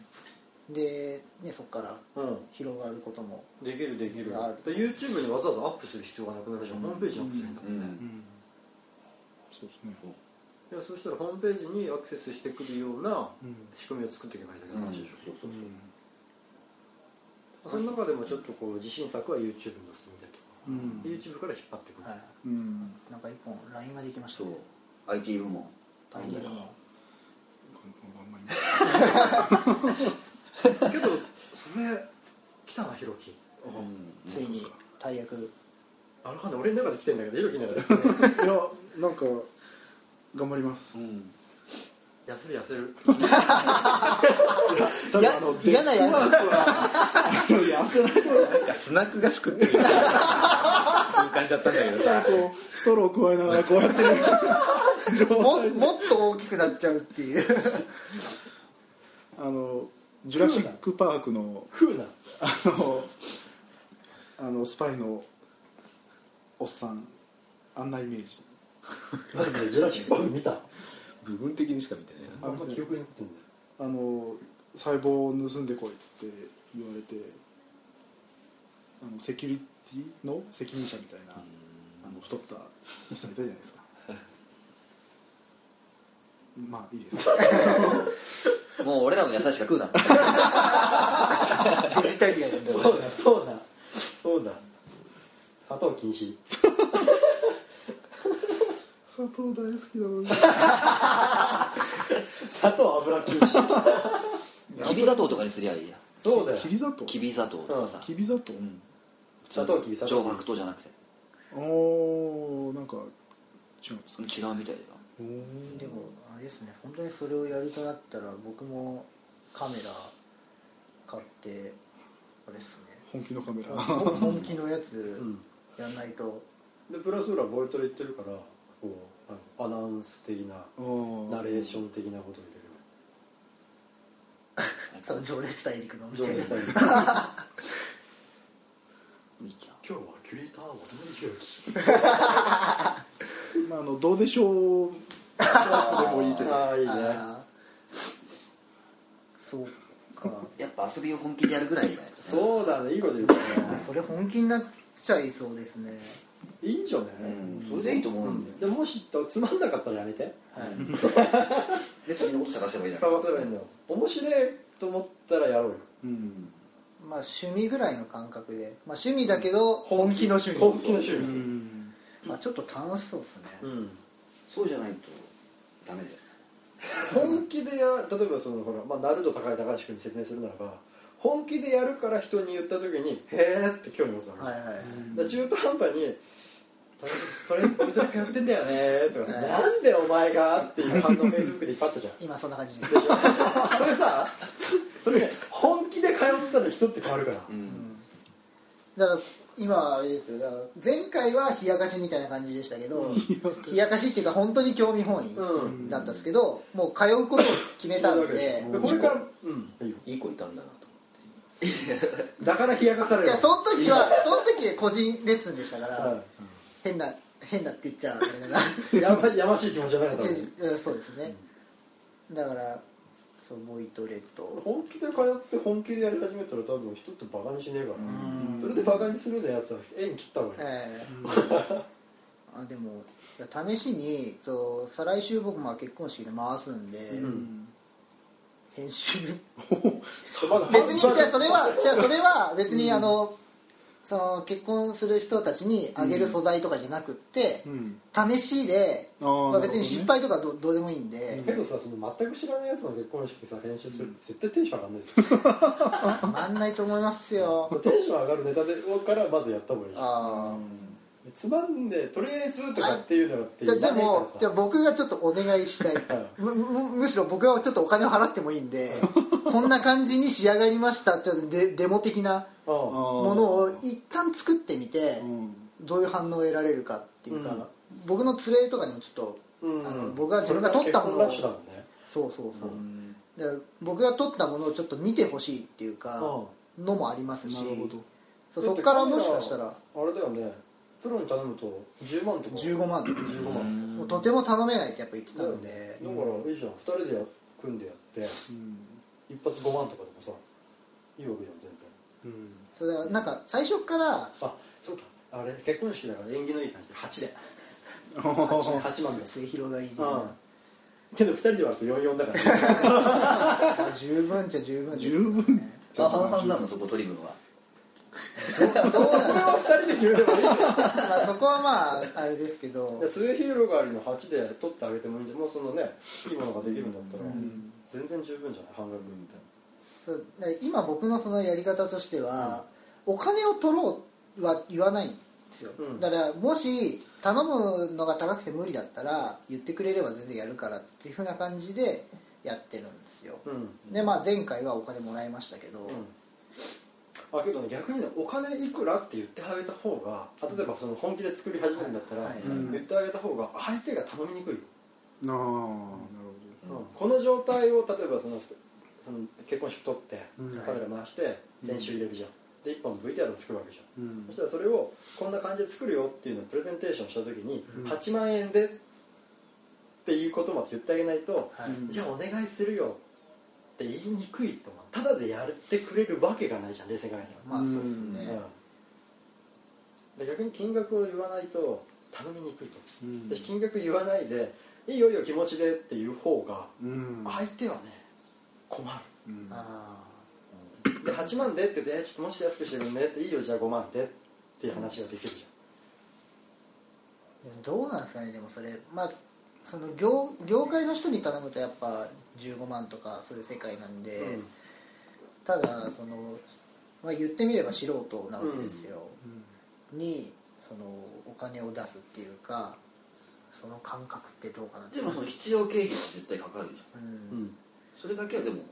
Speaker 5: で、ね、そこから
Speaker 3: うん
Speaker 5: 広がることも
Speaker 3: できるできるで
Speaker 5: ある
Speaker 3: YouTube にわざわざアップする必要がなくなるじゃん、ホームページにアップするんだも
Speaker 6: うん
Speaker 3: ね、
Speaker 1: うんんそうですね
Speaker 3: いやそしたらホームページにアクセスしてくるような
Speaker 1: うん
Speaker 3: 仕組みを作っていけばいいだけ
Speaker 6: う
Speaker 3: の
Speaker 6: ん
Speaker 3: 話
Speaker 6: そう
Speaker 3: でしょ、
Speaker 6: そうそう
Speaker 3: その中でもちょっとこう自信作は YouTube に載せてみたりとか、
Speaker 1: うん
Speaker 3: YouTube から引っ張ってくる、
Speaker 5: はい
Speaker 1: うん
Speaker 5: なんか一本 LINE ができました
Speaker 6: そ
Speaker 5: ね
Speaker 6: う IT 部門
Speaker 5: 大変だな
Speaker 1: 頑張ります
Speaker 3: けどそれ来たなひろき
Speaker 6: うん
Speaker 5: ついに大役
Speaker 3: あのかんない俺の中で来てんだけどひろきの中で来てない
Speaker 1: いやなんか頑張ります
Speaker 6: うん
Speaker 3: 痩せる痩せる
Speaker 1: た
Speaker 5: いや
Speaker 1: だあのデ
Speaker 5: 嫌
Speaker 1: ス
Speaker 5: な
Speaker 1: クワー
Speaker 5: や
Speaker 1: クはあの痩せないと
Speaker 4: なんかスナック菓子 食ってるみたいなそういう感じだったんだけどさ
Speaker 1: こうストローを加えながらこうやってる
Speaker 5: つももっと大きくなっちゃうって いう
Speaker 1: あのジュラシック・パークの
Speaker 3: 食うな
Speaker 1: あのあのスパイのおっさんあんなイメージ
Speaker 3: なんでジュラシック・パーク見た
Speaker 4: 部分的にしか見てない
Speaker 3: あんま記憶に残ってんだよ
Speaker 1: あの細胞を盗んでこいっつって言われてあのセキュリティの責任者みたいなあの太ったおっさんいたじゃないです かまあいいです
Speaker 6: もう俺らの野菜しか食う な
Speaker 5: デジタリアンで
Speaker 3: そうだそうだそうだ砂糖禁止
Speaker 1: 砂糖大好きなのに
Speaker 3: 砂糖油禁止
Speaker 6: きび砂糖とかにすりゃいいや
Speaker 3: そうだよ
Speaker 1: きび砂糖
Speaker 6: きび砂糖とかさ
Speaker 1: きび砂糖、
Speaker 6: うん
Speaker 3: 砂糖きび砂糖
Speaker 6: 上白糖じゃなくて
Speaker 1: おーなんか違うんです
Speaker 6: う
Speaker 1: か
Speaker 6: ん違うみたいだよ
Speaker 1: おー
Speaker 5: でもあれですね本当にそれをやるとなったら僕もカメラ買ってあれっす ね
Speaker 1: 本気のカメラ
Speaker 5: ほ本気のやつ
Speaker 3: うん
Speaker 5: やんないと、
Speaker 3: でプラス裏ボイトレ行ってるからこうあのアナウンス的なナ
Speaker 1: ナ
Speaker 3: レーション的なことを入れる
Speaker 5: その情熱大陸のみた
Speaker 3: 上
Speaker 5: いな
Speaker 3: 手に今
Speaker 4: いいじゃん
Speaker 3: 日はキュレーター渡辺宏樹
Speaker 1: まああのどうでしょうでもいいけど
Speaker 3: ああいいね
Speaker 5: あーそうか
Speaker 6: やっぱ遊びを本気でやるぐらいじゃないですか
Speaker 3: そうだねいいこと言うね
Speaker 5: それ本気になっちゃいそうですね
Speaker 3: いいんじゃね
Speaker 6: うんそれでいいと思うんだよ
Speaker 3: でももしつまんなかったらやめて
Speaker 5: はい
Speaker 6: で次のこと探せばいいじゃん
Speaker 3: 探せばいいんだよ面白いと思ったらやろうよ
Speaker 1: うん
Speaker 5: まあ趣味ぐらいの感覚で、まあ、趣味だけど本気の趣味
Speaker 3: 本気の趣
Speaker 1: う
Speaker 3: 味
Speaker 1: ん
Speaker 5: まあ、ちょっと楽しそうですね、
Speaker 3: うん
Speaker 6: そうじゃないとダメだよ
Speaker 3: 本気でや例えばそのほら、まあ、鳴門高い高橋君に説明するならば本気でやるから人に言った時に「へえ」って興味持つわけ、
Speaker 5: はいはいは
Speaker 3: だ
Speaker 5: い
Speaker 3: から中途半端に「とりあえずそれとりあえずやってんだよね」とか「なんでお前が?」っていう反応フェイスブックでいっぱいあったじゃん
Speaker 5: 今そんな感じで
Speaker 3: それさそれ本気で通ったら人って変わるから、
Speaker 6: うん
Speaker 5: だから今あれですよだから前回は冷やかしみたいな感じでしたけど、
Speaker 3: うん
Speaker 5: 冷やかしっていうか本当に興味本位
Speaker 3: うん
Speaker 5: だったんですけど、もう通うことを決めたんで
Speaker 3: でこれから、うん、いいよ
Speaker 4: いい子いたんだなと
Speaker 3: だから冷やかされ
Speaker 5: い
Speaker 3: る
Speaker 5: やその時はその時は個人レッスンでしたから、
Speaker 3: は
Speaker 5: 変な変なって言っちゃあれだ
Speaker 3: いや
Speaker 5: な
Speaker 3: ばいやましい気持ちになかった
Speaker 5: うんそうですね、だからそうボイトレと
Speaker 3: 本気で通って本気でやり始めたら多分人ってバカにしねえから、
Speaker 5: ん
Speaker 3: それでバカにするようなやつは縁切った方がいい、
Speaker 5: ええあでもいや試しにそう再来週僕も結婚式で回すんで、
Speaker 3: うん
Speaker 5: 編集
Speaker 3: まだ
Speaker 5: 別にじゃあそれはじゃあそれは別にあの、その結婚する人たちにあげる素材とかじゃなくって、
Speaker 1: うん
Speaker 5: 試しで、
Speaker 1: あー
Speaker 5: まあ、別に失敗とかどどうでもいいんで、
Speaker 3: けどさその全く知らないやつの結婚式さ編集するって絶対テンション上がんないですよ
Speaker 5: たまんないと思いますよ
Speaker 3: テンション上がるネタでからまずやった方がいい
Speaker 5: あ
Speaker 3: つまんでとりあえずとかっていうのがっ
Speaker 5: あ
Speaker 3: て
Speaker 5: じゃあでもじゃあ
Speaker 3: あ
Speaker 5: 僕がちょっとお願いしたい むむむしろ僕はちょっとお金を払ってもいいんでこんな感じに仕上がりましたちょっとデデモ的な
Speaker 3: あ
Speaker 5: ものを一旦作ってみて、
Speaker 1: うん
Speaker 5: どういう反応を得られるかっていうか、
Speaker 3: うん
Speaker 5: 僕の連れとかにもちょっと、
Speaker 3: うん
Speaker 5: あの僕が自分が撮ったもの
Speaker 3: これが結婚
Speaker 5: をそう
Speaker 3: ラッシュだもんね
Speaker 5: そうそう、だから僕が撮ったものをちょっと見てほしいっていうか、のもありますし
Speaker 1: なるほど
Speaker 5: そうそっからもしかしたら
Speaker 3: あれだよねプロに頼むと10万とか
Speaker 5: 15万とか
Speaker 3: 15万
Speaker 5: もうとても頼めないってやっぱ言ってた
Speaker 3: だよ
Speaker 5: ん
Speaker 3: ね
Speaker 5: で、
Speaker 3: だからいいじゃん2人でや組んでやって
Speaker 1: うん
Speaker 3: 一発5万とかでもさいいわけじゃん全然
Speaker 1: うん
Speaker 5: それはなんか最初から
Speaker 3: あそうかあれ結婚式だから縁起のいい感じで8で
Speaker 5: 8
Speaker 3: 8万です
Speaker 5: 末広がいいで、
Speaker 3: うんけど2人で割ると44だからね
Speaker 5: まあ十分っちゃ十分ですけどね
Speaker 1: 十分
Speaker 6: あ半々なのそこ取り分は
Speaker 5: どうなのま
Speaker 3: 2人で決めればいいよ
Speaker 5: あそこはまああれですけど
Speaker 3: で末広がりの8で取ってあげてもいいんじゃもうそのねいいものができるんだったら
Speaker 1: ん
Speaker 3: 全然十分じゃない半額みたい
Speaker 5: そうだから今僕のそのやり方としては、お金を取ろうは言わないんですよ、
Speaker 3: うん
Speaker 5: だからもし頼むのが高くて無理だったら言ってくれれば全然やるからっていうふうな感じでやってるんですよ、
Speaker 3: なうん
Speaker 5: でまあ前回はお金もらいましたけど、
Speaker 3: うん、あけどね逆にねお金いくらって言ってあげた方があ例えばその本気で作り始めるんだったら、
Speaker 5: はいはい
Speaker 1: うん
Speaker 3: 言ってあげた方が相手が頼みにくいよ、
Speaker 1: ああなる
Speaker 3: うんこの状態を例えばそのその結婚式取って、
Speaker 1: うん
Speaker 3: カメラ回して練習入れるじゃん、で1本 VTR を作るわけじゃん、
Speaker 1: ほどうん
Speaker 3: そしたらそれをこんな感じで作るよっていうのをプレゼンテーションした時に、8万円でっていうことまで言ってあげないと、
Speaker 5: はい
Speaker 1: うん
Speaker 3: じゃあお願いするよって言いにくいと思うただでやってくれるわけがないじゃん冷静に考えたら
Speaker 5: まあそうですね、
Speaker 3: うん、で逆に金額を言わないと頼みにくいと、
Speaker 1: うん
Speaker 3: で金額言わないで「いいよいいよ気持ちで」っていう方が
Speaker 1: うん
Speaker 3: 相手はね困
Speaker 1: うん
Speaker 5: あ
Speaker 3: るで8万でって言ってえ「ちょっともし安くしてくんね」って「いいよじゃあ5万で」っていう話ができるじ
Speaker 5: ーでもどうなんですかねでもそれまあその業業界の人に頼むとやっぱ15万とかそういう世界なんで、
Speaker 3: ゃん、
Speaker 5: ただその、まあ、言ってみれば素人なわけですよ、にそのお金を出すっていうかその感覚ってどうかなって
Speaker 6: でもその必要経費は絶対かかるじゃん
Speaker 5: う、
Speaker 3: うんん
Speaker 6: それだけはでも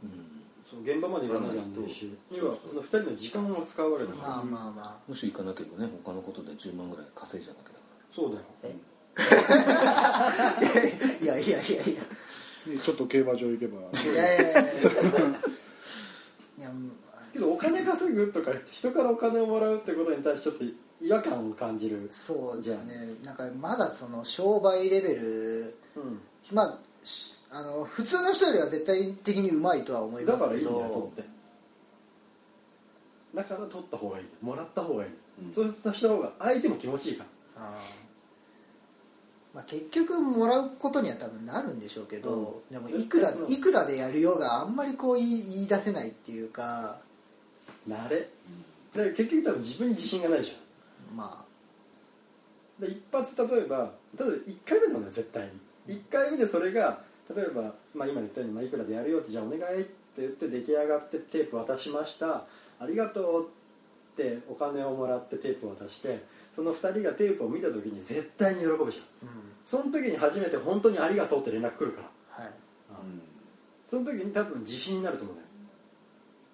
Speaker 3: そう現場まで行かなきゃいけないし要はその2人の時間も使うわけだから
Speaker 5: まあまあま
Speaker 4: もし行かなければね他のことで10万ぐらい稼いじゃなきゃだか
Speaker 3: そうだよ
Speaker 5: え いやいやいやいや
Speaker 1: でちょっと競馬場行けば
Speaker 5: いやいやいやいやいやもう
Speaker 3: けどお金稼ぐとか言って人からお金をもらうってことに対してちょっと違和感を感じる
Speaker 5: そうですねなんかまだその商売レベル
Speaker 3: う
Speaker 5: まあしあの普通の人よりは絶対的にうまいとは思い
Speaker 3: ん
Speaker 5: ま
Speaker 3: だ
Speaker 5: す
Speaker 3: か
Speaker 5: け
Speaker 3: らいいんだよ
Speaker 5: ど
Speaker 3: 取ってだから取った方がいいもらった方がいい、
Speaker 6: うん
Speaker 3: そうした方が相手も気持ちいいから
Speaker 5: あーまあ結局もらうことには多分なるんでしょうけど、
Speaker 3: うん
Speaker 5: でもいくら
Speaker 3: 絶対そう
Speaker 5: いくらでやるようがあんまりこう言い言い出せないっていうか
Speaker 3: 慣れだから結局多分自分に自信がないじ
Speaker 5: ま
Speaker 3: ゃんで一発例えば例えば1回目なんだよ絶対に1回目でそれが例えば、まあ、今言ったように、まあ、いくらでやるよってじゃあお願いって言って出来上がってテープ渡しましたありがとうってお金をもらってテープを渡してその2人がテープを見た時に絶対に喜ぶじゃん
Speaker 5: あ、うん
Speaker 3: その時に初めて本当にありがとうって連絡来るから
Speaker 5: はい、
Speaker 3: その時に多分自信になると思うね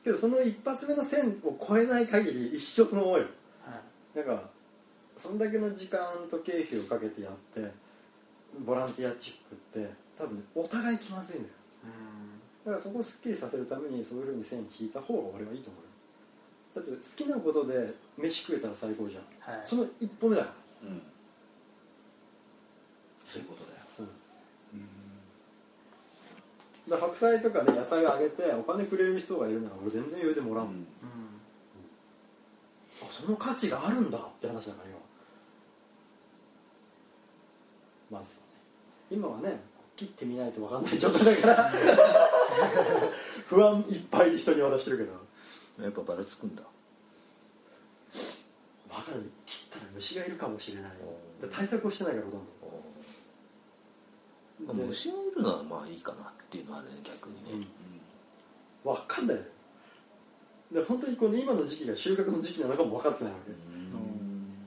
Speaker 3: けどその一発目の線を超えない限り一生その思いよ
Speaker 5: はい、
Speaker 3: なんかそんだけの時間と経費をかけてやってボランティアチックって多分お互い気まずいんだよ
Speaker 5: うん
Speaker 3: だからそこをすっきりさせるためにそういうふうに線引いた方が俺はいいと思うよだって好きなことで飯食えたら最高じゃん、
Speaker 5: はい
Speaker 3: その一歩目だから
Speaker 6: うんそういうことだよ
Speaker 3: そうだから白菜とかね野菜をあげてお金くれる人がいるなら俺全然余裕でもらうもん、
Speaker 6: うん
Speaker 5: うん
Speaker 3: あその価値があるんだって話だからよまずはね今はね切ってみないと分かんない状態だから 不安いっぱいで人に渡してるけど
Speaker 4: やっぱばらつくんだ
Speaker 3: 分かる切ったら虫がいるかもしれないよで対策をしてないからほとんど
Speaker 4: まあ
Speaker 3: で
Speaker 4: 虫がいるのはまあいいかなっていうのはね逆にね、
Speaker 3: うん分かんないよで本当にこの今の時期が収穫の時期なのかも分かってないわけ、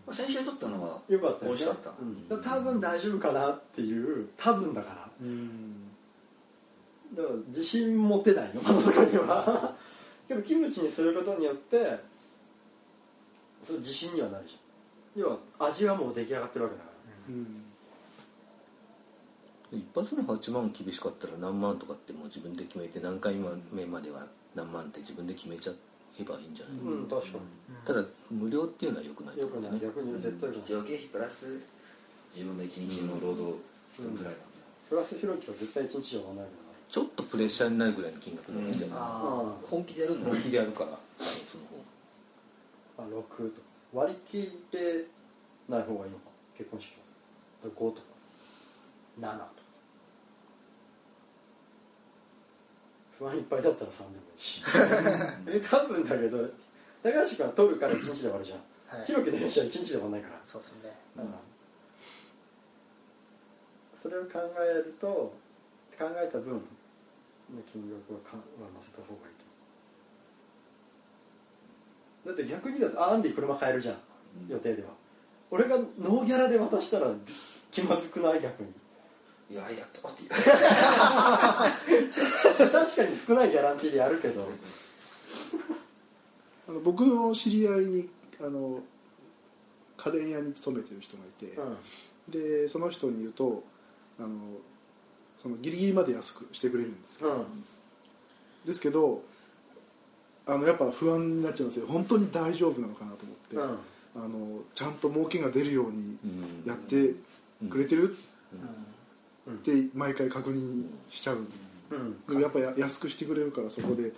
Speaker 6: まあ先週撮ったのは
Speaker 3: よかったよ、ね、
Speaker 6: 美味しかった
Speaker 3: うん、だから多分大丈夫かなっていう多分だから
Speaker 1: うん
Speaker 3: だから自信持てないの まさかにはけどキムチにすることによってその自信にはなるじゃん要は味はもう出来上がってるわけだか
Speaker 1: うん
Speaker 4: 一発目8万厳しかったら何万とかってもう自分で決めて何回目までは何万って自分で決めちゃえばいいんじゃない、
Speaker 3: らうん、確か
Speaker 4: ただ無料っていうのは良くない
Speaker 3: に
Speaker 4: と
Speaker 3: よ
Speaker 4: 思
Speaker 3: く
Speaker 4: う
Speaker 3: なんい
Speaker 4: だよね
Speaker 3: 逆に絶対よくない
Speaker 6: 必要経費プラス自分の一日の労働分ぐらいは
Speaker 3: プラスひろきは絶対一日じゃ終わらないから
Speaker 4: ちょっとプレッシャーになるぐらいの金額の方がいいんじゃない
Speaker 5: あ
Speaker 3: あ
Speaker 6: 本気でやるんだ
Speaker 4: 本
Speaker 6: ね
Speaker 4: 気でやるからその方が
Speaker 3: あ6とか割り切ってない方がいいのか結婚式は5とか7とか不安いっぱいだったら3でもいい しえ多分だけど高橋君は取るから1日で終わるじゃん
Speaker 5: はい
Speaker 3: ひろきの練習は1日で終わんないから、
Speaker 5: そうですね
Speaker 3: それを考えると考えた分の金額はかは乗せた方がいいと思うだって逆にだとあアンディ車買えるじゃん
Speaker 6: うん
Speaker 3: 予定では俺がノーギャラで渡したら気まずくない逆に
Speaker 6: いやありがとうって
Speaker 3: 確かに少ないギャランティーでやるけど
Speaker 1: あの僕の知り合いにあの家電屋に勤めてる人がいて、でその人に言うとあのそのギリギリまで安くしてくれるんですよ
Speaker 3: うん
Speaker 1: ですけどあのやっぱ不安になっちゃうんですよ本当に大丈夫なのかなと思って、
Speaker 3: うん
Speaker 1: あのちゃんと儲けが出るように
Speaker 4: うん
Speaker 1: やってくれてる
Speaker 3: うん
Speaker 1: って毎回確認しちゃう、
Speaker 3: うん
Speaker 1: でもやっぱや安くしてくれるからそこで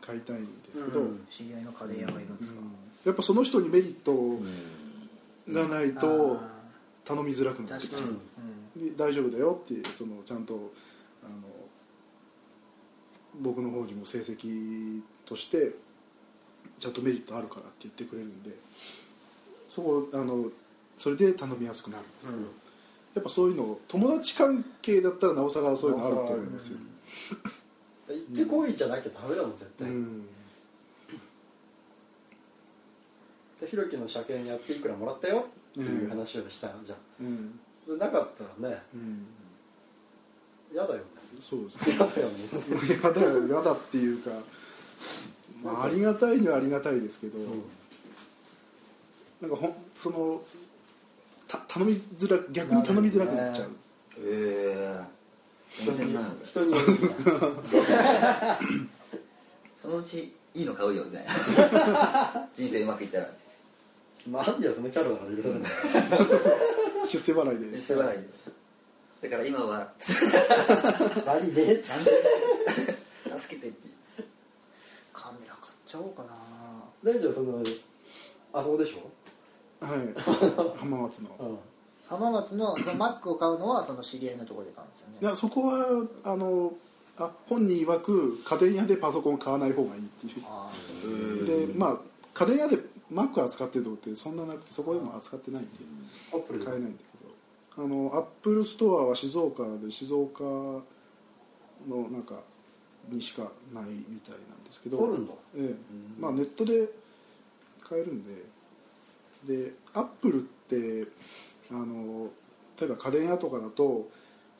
Speaker 1: 買いたいんですけど、
Speaker 3: う
Speaker 1: うんん
Speaker 5: 知り合いの家電屋がいるんですか、
Speaker 1: やっぱその人にメリッ
Speaker 4: う
Speaker 1: ト
Speaker 4: ん
Speaker 1: がない
Speaker 5: あー
Speaker 1: と頼みづらくなっちゃ
Speaker 5: 確
Speaker 1: う
Speaker 5: かに、
Speaker 3: う
Speaker 5: うんん
Speaker 1: で大丈夫だよってそのちゃんとあの僕の方にも成績としてちゃんとメリットあるからって言ってくれるんでそこあのそれで頼みやすくなるんですけど、
Speaker 3: うん
Speaker 1: やっぱそういうの友達関係だったらなおさらそういうのあると思うんですよ、
Speaker 3: 行ってこいじゃなきゃダメだもん絶
Speaker 1: う
Speaker 3: 対、
Speaker 1: ん、
Speaker 3: でひろきの車検やっていくらもらったよっていう話をしたじゃん
Speaker 1: うん
Speaker 3: でなかったらね
Speaker 1: うん、
Speaker 3: 嫌だよね
Speaker 1: そうですね
Speaker 3: 嫌だよね
Speaker 1: 嫌だよ嫌だっていうか、まあ、ありがたいにはありがたいですけど、なんかほんそのた頼みづら逆に頼みづらくなっちゃうっ
Speaker 6: ええ全然ないので
Speaker 3: 人によるみたいな
Speaker 6: そのうちいいの買うよみたいな 人生うまくいったら
Speaker 3: まあアンディはそのキャラだからいろいろだけ
Speaker 1: 出世払いで
Speaker 6: 世払いだから今は
Speaker 3: ど悪いねっつって
Speaker 6: 助けてって
Speaker 5: カメラ買っちゃおうかな
Speaker 3: 大丈夫そのあそこでしょ
Speaker 1: はい浜松の
Speaker 3: うん
Speaker 5: 浜松のそのマックを買うのはその知り合いのところで買うんですよね
Speaker 1: いやそこはあのあ本人曰く家電屋でパソコン買わない方がいいっていう
Speaker 5: ああ
Speaker 1: でまあ家電屋で Mac 扱ってるとこってそんななくてそこでも扱ってないんで
Speaker 3: アップルで
Speaker 1: 買えないんだけどあのアップルストアは静岡で静岡のなんかにしかないみたいなんですけど
Speaker 3: おるんだ
Speaker 1: ええまあネットで買えるんででアップルってあの例えば家電屋とかだと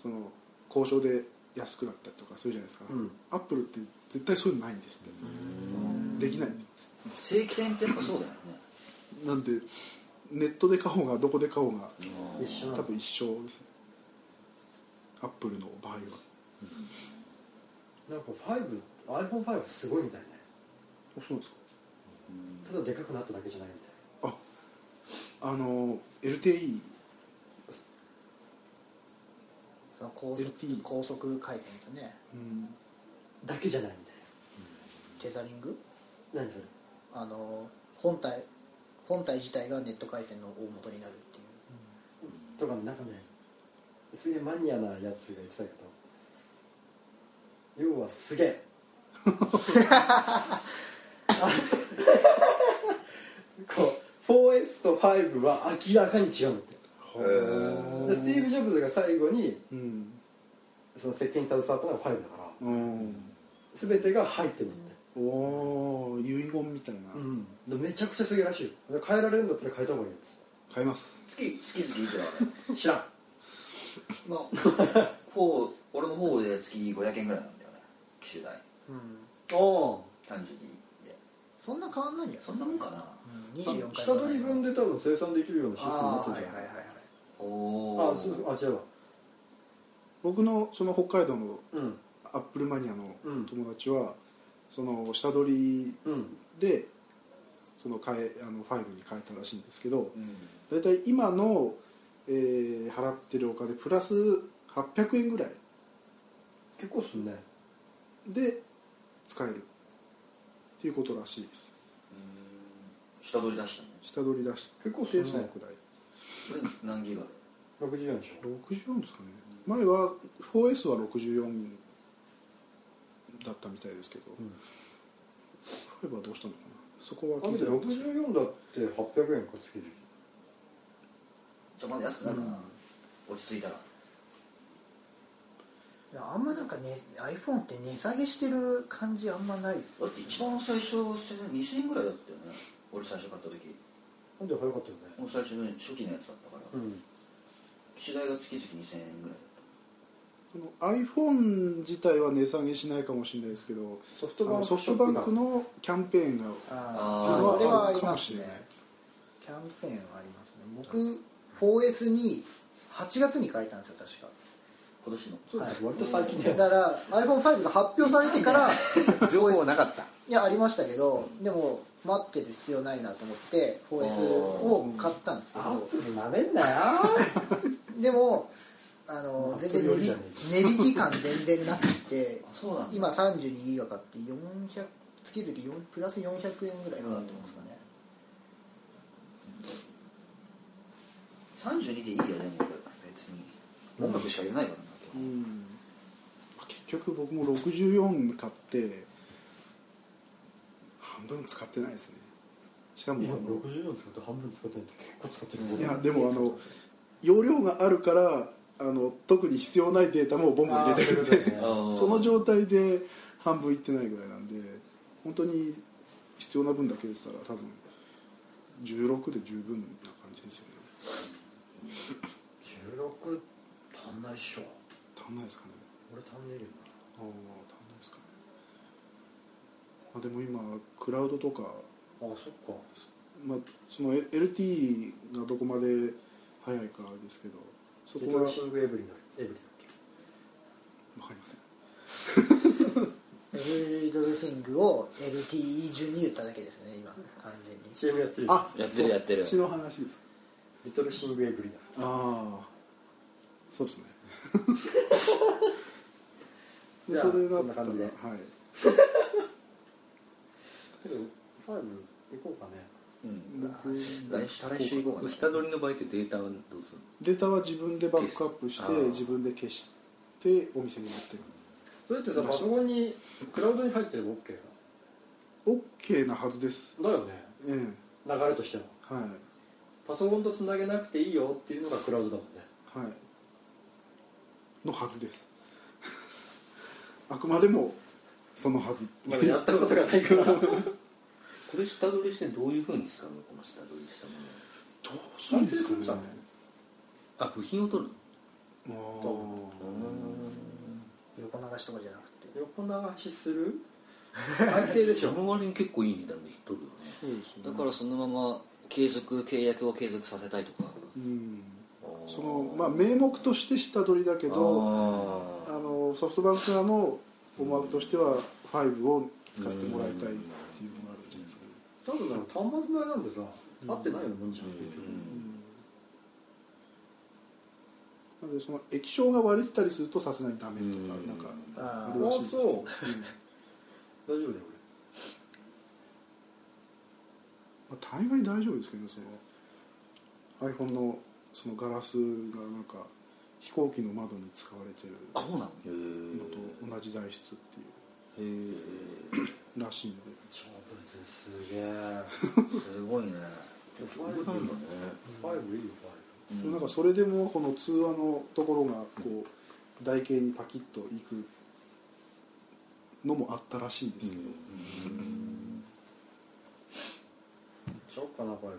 Speaker 1: その交渉で安くなったりとかするじゃないですか、
Speaker 3: うん
Speaker 1: アップルって絶対そういうのないんですってできないんです
Speaker 6: 正規店ってやっぱそうだよね
Speaker 1: なんでネットで買おうがどこで買おうが
Speaker 3: 一緒な
Speaker 1: 多
Speaker 3: の
Speaker 1: 分一緒ですねアップルの場合は
Speaker 3: なんか 5iPhone5 すごいみたいね
Speaker 1: あそうなんですか
Speaker 3: ただでかくなっただけじゃないみたい
Speaker 1: ああの LTE
Speaker 5: その高速
Speaker 1: LTE
Speaker 5: 高速回線ですよね
Speaker 1: うん
Speaker 3: なだけじゃないみたい
Speaker 5: テザリング
Speaker 3: な何それ
Speaker 5: あの本体本体自体がネット回線の大元になるっていう
Speaker 3: とかなんかねすげえマニアなやつが言ってたけど要はすげえこう 4S と5は明らかに違うんだってでスティーブ・ジョブズが最後に
Speaker 1: うん
Speaker 3: その設計に携わったのが5だから
Speaker 1: うん
Speaker 3: 全てが入ってるんだって、
Speaker 1: おおー遺言みたいな、
Speaker 3: うん、でめちゃくちゃすげえらしいよで変えられるんだったら変えた方がいいよっつって
Speaker 1: 買います
Speaker 6: 月月々いくら
Speaker 3: 知らん
Speaker 6: まあほう俺の方で月500円ぐらいなんだよね機種代
Speaker 5: うん
Speaker 3: あ
Speaker 6: 単純にで
Speaker 5: そんな変わんないんじゃない
Speaker 6: そんなもんかな
Speaker 5: うん24
Speaker 3: あ
Speaker 5: 回
Speaker 3: 下取り分で多分生産できるようなシステムにな
Speaker 5: あ
Speaker 3: っ
Speaker 5: あ
Speaker 3: て
Speaker 5: は
Speaker 3: る
Speaker 5: い
Speaker 3: じ
Speaker 5: は
Speaker 3: ゃん
Speaker 5: いはいはい
Speaker 6: お
Speaker 3: あ
Speaker 6: お
Speaker 3: そうあ違うわ
Speaker 1: 僕のその北海道の
Speaker 3: うん
Speaker 1: アップルマニアの
Speaker 3: うん
Speaker 1: 友達は、その下取り
Speaker 3: うん
Speaker 1: でその変えあのファイルに変えたらしいんですけど
Speaker 6: うん
Speaker 1: 大体今の、えー払ってるお金プラス800円ぐらい
Speaker 3: 結構すんね
Speaker 1: で使えるっていうことらしいです
Speaker 6: 下取り出したの
Speaker 1: 下取り出して
Speaker 3: 結構す
Speaker 1: そ
Speaker 3: ん
Speaker 1: の
Speaker 3: ね
Speaker 1: くらい
Speaker 6: これ何ギガで
Speaker 3: 60円でしょ
Speaker 1: 64ですかね前は 4S は64だったみたいですけど、
Speaker 3: ん
Speaker 1: ファイブはどうしたのかなそこは
Speaker 3: あ
Speaker 1: 聞い
Speaker 3: け
Speaker 1: て
Speaker 3: ど
Speaker 1: ないんですけど
Speaker 3: 64だって800円か月々
Speaker 6: じゃあまだ安くなるかな落ち着いたら
Speaker 5: いやあんまなんか、ね、iPhone って値下げしてる感じあんまないです
Speaker 6: だって一番最初2000円ぐらいだったよね俺最初買った時
Speaker 3: なんで早かったよね
Speaker 6: もう最初の初期のやつだったから
Speaker 3: ん
Speaker 6: 機種代が月々2000円ぐらい
Speaker 1: あの iPhone 自体は値下げしないかもしれないですけど
Speaker 3: ソフ
Speaker 1: あ
Speaker 3: トバン
Speaker 1: の
Speaker 3: ク
Speaker 1: ソフトバンクのキャンペーンが
Speaker 5: あ
Speaker 6: あー
Speaker 5: あそれはあり
Speaker 1: かも
Speaker 5: ま
Speaker 1: しれ
Speaker 5: すね
Speaker 1: ない
Speaker 5: キャンペーンはありますね僕 4S に8月に変えたんですよ確か
Speaker 6: 今年の
Speaker 3: そうです
Speaker 5: は
Speaker 3: 割と最近だ
Speaker 5: だ
Speaker 3: よね
Speaker 5: から iPhone5 が発表されてから
Speaker 4: 情報なかった
Speaker 5: いやありましたけどでも待ってる必要ないなと思って 4S を買ったんですけ
Speaker 3: アッ
Speaker 5: ど
Speaker 3: プルなめんなよ
Speaker 5: でもあの
Speaker 3: アッ
Speaker 5: 全
Speaker 3: プ
Speaker 5: 然
Speaker 3: ル
Speaker 5: 値
Speaker 3: よりじゃ
Speaker 5: 引
Speaker 3: ね
Speaker 5: 値引き感全然なく て
Speaker 6: そうなんだ
Speaker 5: 今32ギガ買って400月々4プラス400円ぐらいかなって思うんですかね
Speaker 6: 32でいいよでも俺別に音楽しか入れないから
Speaker 1: う
Speaker 6: な今日
Speaker 1: ん結局僕も64買って半分使ってないですねしかも
Speaker 3: いや
Speaker 1: あの
Speaker 3: 64使って半分使ってないって結構使ってるもん
Speaker 1: いや
Speaker 3: ね
Speaker 1: でもあの容量があるからあの特に必要ないデータもボンボン入れてるんで
Speaker 3: あーそういうことだよね
Speaker 1: その状態で半分いってないぐらいなんで本当に必要な分だけでしたら多分16で十分な感じですよね
Speaker 3: 16足んないっしょ
Speaker 1: 足んないですかね
Speaker 3: 俺足んねえけどな
Speaker 1: ああ足んないですかねあでも今クラウドとか、
Speaker 3: あそっか
Speaker 1: まあ、その LT がどこまで早いかですけどそ
Speaker 3: リ
Speaker 1: こ
Speaker 3: ト
Speaker 1: は
Speaker 3: ル
Speaker 1: 分
Speaker 3: シングエブリのエブリだっ
Speaker 1: かりません
Speaker 5: エブリドルシングを LTE 順に言っただけですね今完全に
Speaker 3: け CM やってる
Speaker 1: あ
Speaker 4: やってるやってる
Speaker 1: 血の話です
Speaker 3: リトルシングエブリだ
Speaker 1: ああそうですね
Speaker 3: じゃあ
Speaker 1: だったら
Speaker 3: そんな感じで
Speaker 1: はい
Speaker 3: けどファイブ行こうかね
Speaker 4: うん
Speaker 1: 僕
Speaker 6: 来週再来週行こうか
Speaker 4: 下取りの場合ってデータはどうする
Speaker 1: データは自分でバックアップして
Speaker 4: あー
Speaker 1: 自分で消してお店に持ってる
Speaker 3: それってさパソコンにクラウドに入ってれば OK
Speaker 1: オッケーなはずです
Speaker 3: だだよね
Speaker 1: ええ
Speaker 3: 流れとしては
Speaker 1: はい
Speaker 3: パソコンとつなげなくていいよっていうのがクラウドだもんね
Speaker 1: はいのはずです あくまでもそのはず
Speaker 3: まだやったことがないから
Speaker 4: これ下取りしてどういうふうに使うのこの下取りしたもの
Speaker 1: どうするんですかね
Speaker 3: 完成するじゃん
Speaker 4: あ部品を取る
Speaker 1: あ
Speaker 4: うー
Speaker 1: ー
Speaker 4: ん
Speaker 5: 横流しとかじゃなくて
Speaker 3: 横流しする再生でし
Speaker 4: そ
Speaker 3: ょ
Speaker 4: の割に結構いい値段で取るよね
Speaker 1: そうですね
Speaker 6: だからそのまま継続契約を継続させたいとか
Speaker 1: うん
Speaker 4: あー
Speaker 1: そのまあ名目として下取りだけどあ
Speaker 4: あー
Speaker 1: のソフトバンク側の思惑としては5を使ってもらいたいっていうのがあるんじゃないですかね
Speaker 3: 多分なんか端末代なんでさ合ってないようなもんじゃん
Speaker 4: うん
Speaker 3: 結局
Speaker 1: なのでその液晶が割れてたりするとさすがにダメとか
Speaker 4: うん
Speaker 1: なんか
Speaker 5: あ
Speaker 1: う
Speaker 5: あ
Speaker 1: ん
Speaker 3: あそう大丈夫だよ
Speaker 1: まあ、大概大丈夫ですけどねその iPhone のそのガラスがなんか飛行機の窓に使われてる
Speaker 6: あそうなの
Speaker 4: へ
Speaker 1: のと
Speaker 4: ー
Speaker 1: 同じ材質ってい
Speaker 6: へえ
Speaker 1: うらしいので
Speaker 3: 俺勝負図すげえ
Speaker 6: すごいね
Speaker 3: ファイブ
Speaker 4: これなんだね
Speaker 3: ファイブいいよ
Speaker 1: でもなんかそれでもこの通話のところがこう台形にパキッといくのもあったらしいんですけど、
Speaker 3: ファイブしよっかなファイ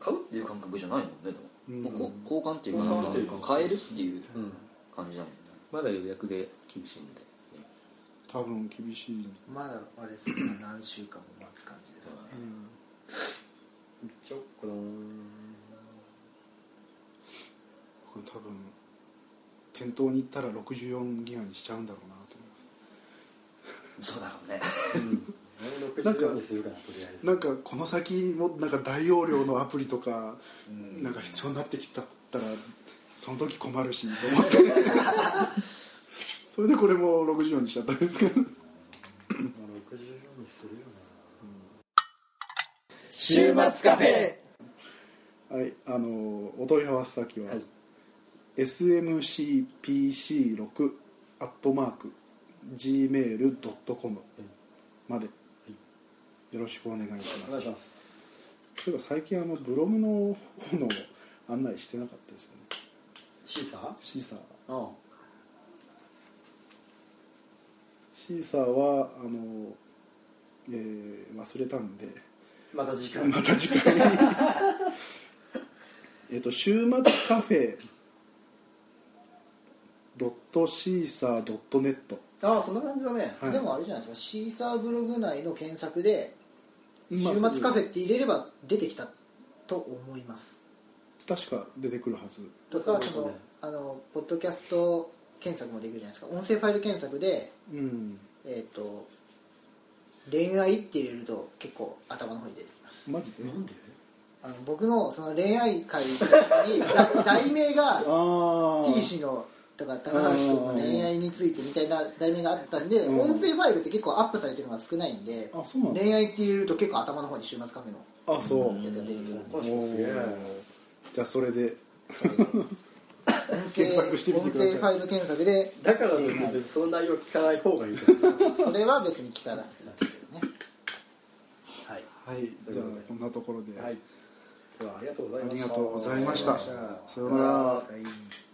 Speaker 6: 買うっていう感覚じゃないもんねでも,、
Speaker 1: うん
Speaker 6: もうこう交換っていうか
Speaker 3: 交
Speaker 6: な
Speaker 3: 換
Speaker 6: ん
Speaker 3: っていう
Speaker 6: か
Speaker 3: か
Speaker 6: 買えるっていう
Speaker 3: ブうん
Speaker 6: 感じだもんね
Speaker 4: まだ予約で厳しいんで
Speaker 1: 多分厳しい、
Speaker 5: まだあれですね何週間も待つ感じですね
Speaker 3: いっちゃおっかな
Speaker 1: これ多分店頭に行ったら64ギガにしちゃうんだろうなと思います
Speaker 6: そうだろうね
Speaker 3: 俺64にするからとりあえず
Speaker 1: なんかこの先もなんか大容量のアプリとか
Speaker 6: うん
Speaker 1: なんか必要になってきたったらその時困るしと思って それでこれも64にしちゃったんですけど
Speaker 3: まあ64にするよな
Speaker 5: 週末カフェ
Speaker 1: はいあのお問い合わせ先は、
Speaker 3: はい
Speaker 1: smcpc6 アットマーク gmail.com まで、よろしくお願いし
Speaker 3: お
Speaker 1: ま
Speaker 3: 願いし
Speaker 1: す
Speaker 3: ます
Speaker 1: そういえば最近あのブログの方の案内してなかったですよね
Speaker 3: シーサー
Speaker 1: シーサー
Speaker 3: ああ
Speaker 1: シーサーはあの、えー忘れたんで
Speaker 3: また時間
Speaker 1: また次回えっと週末カフェドットシーサードットネット
Speaker 3: ああそんな感じだね
Speaker 1: はい
Speaker 5: でもあれじゃないですかシーサーブログ内の検索で「週
Speaker 1: まあ
Speaker 5: 末カフ
Speaker 1: そう
Speaker 5: ェ」って入れれば出てきたと思います
Speaker 1: 確か出てくるはず
Speaker 5: とか
Speaker 3: そ
Speaker 5: そうの
Speaker 3: ね
Speaker 5: あのポッドキャスト検索もできるじゃないですか音声ファイル検索で
Speaker 1: うん
Speaker 5: えっ、と恋愛って入れると結構頭の方に出てきます
Speaker 1: マジで
Speaker 3: なんで
Speaker 5: あの僕のその恋愛会にだ題名が
Speaker 1: あ
Speaker 5: T 氏のとか高橋君の恋愛についてみたいな題名があったんで
Speaker 1: うん
Speaker 5: 音声ファイルって結構アップされてるのが少ないんで
Speaker 1: あそうなんだ
Speaker 5: 恋愛って入れると結構頭の方に週末カフェの
Speaker 1: あそう、
Speaker 5: やつが出てくるんで
Speaker 1: おーじゃあそれで
Speaker 5: 音声
Speaker 1: 検索してみてください
Speaker 5: 音声ファイル検索で
Speaker 3: だからといって別にその内容聞かない方がいいと思う
Speaker 5: それは別に聞かなくていいですけどねはい
Speaker 1: はい
Speaker 3: そうい
Speaker 1: じゃあ
Speaker 3: うことで
Speaker 1: こんなところで、
Speaker 3: はいではありがとうござい
Speaker 1: あ
Speaker 3: ま
Speaker 1: り
Speaker 3: した
Speaker 1: がとうございましたさようなら
Speaker 5: はい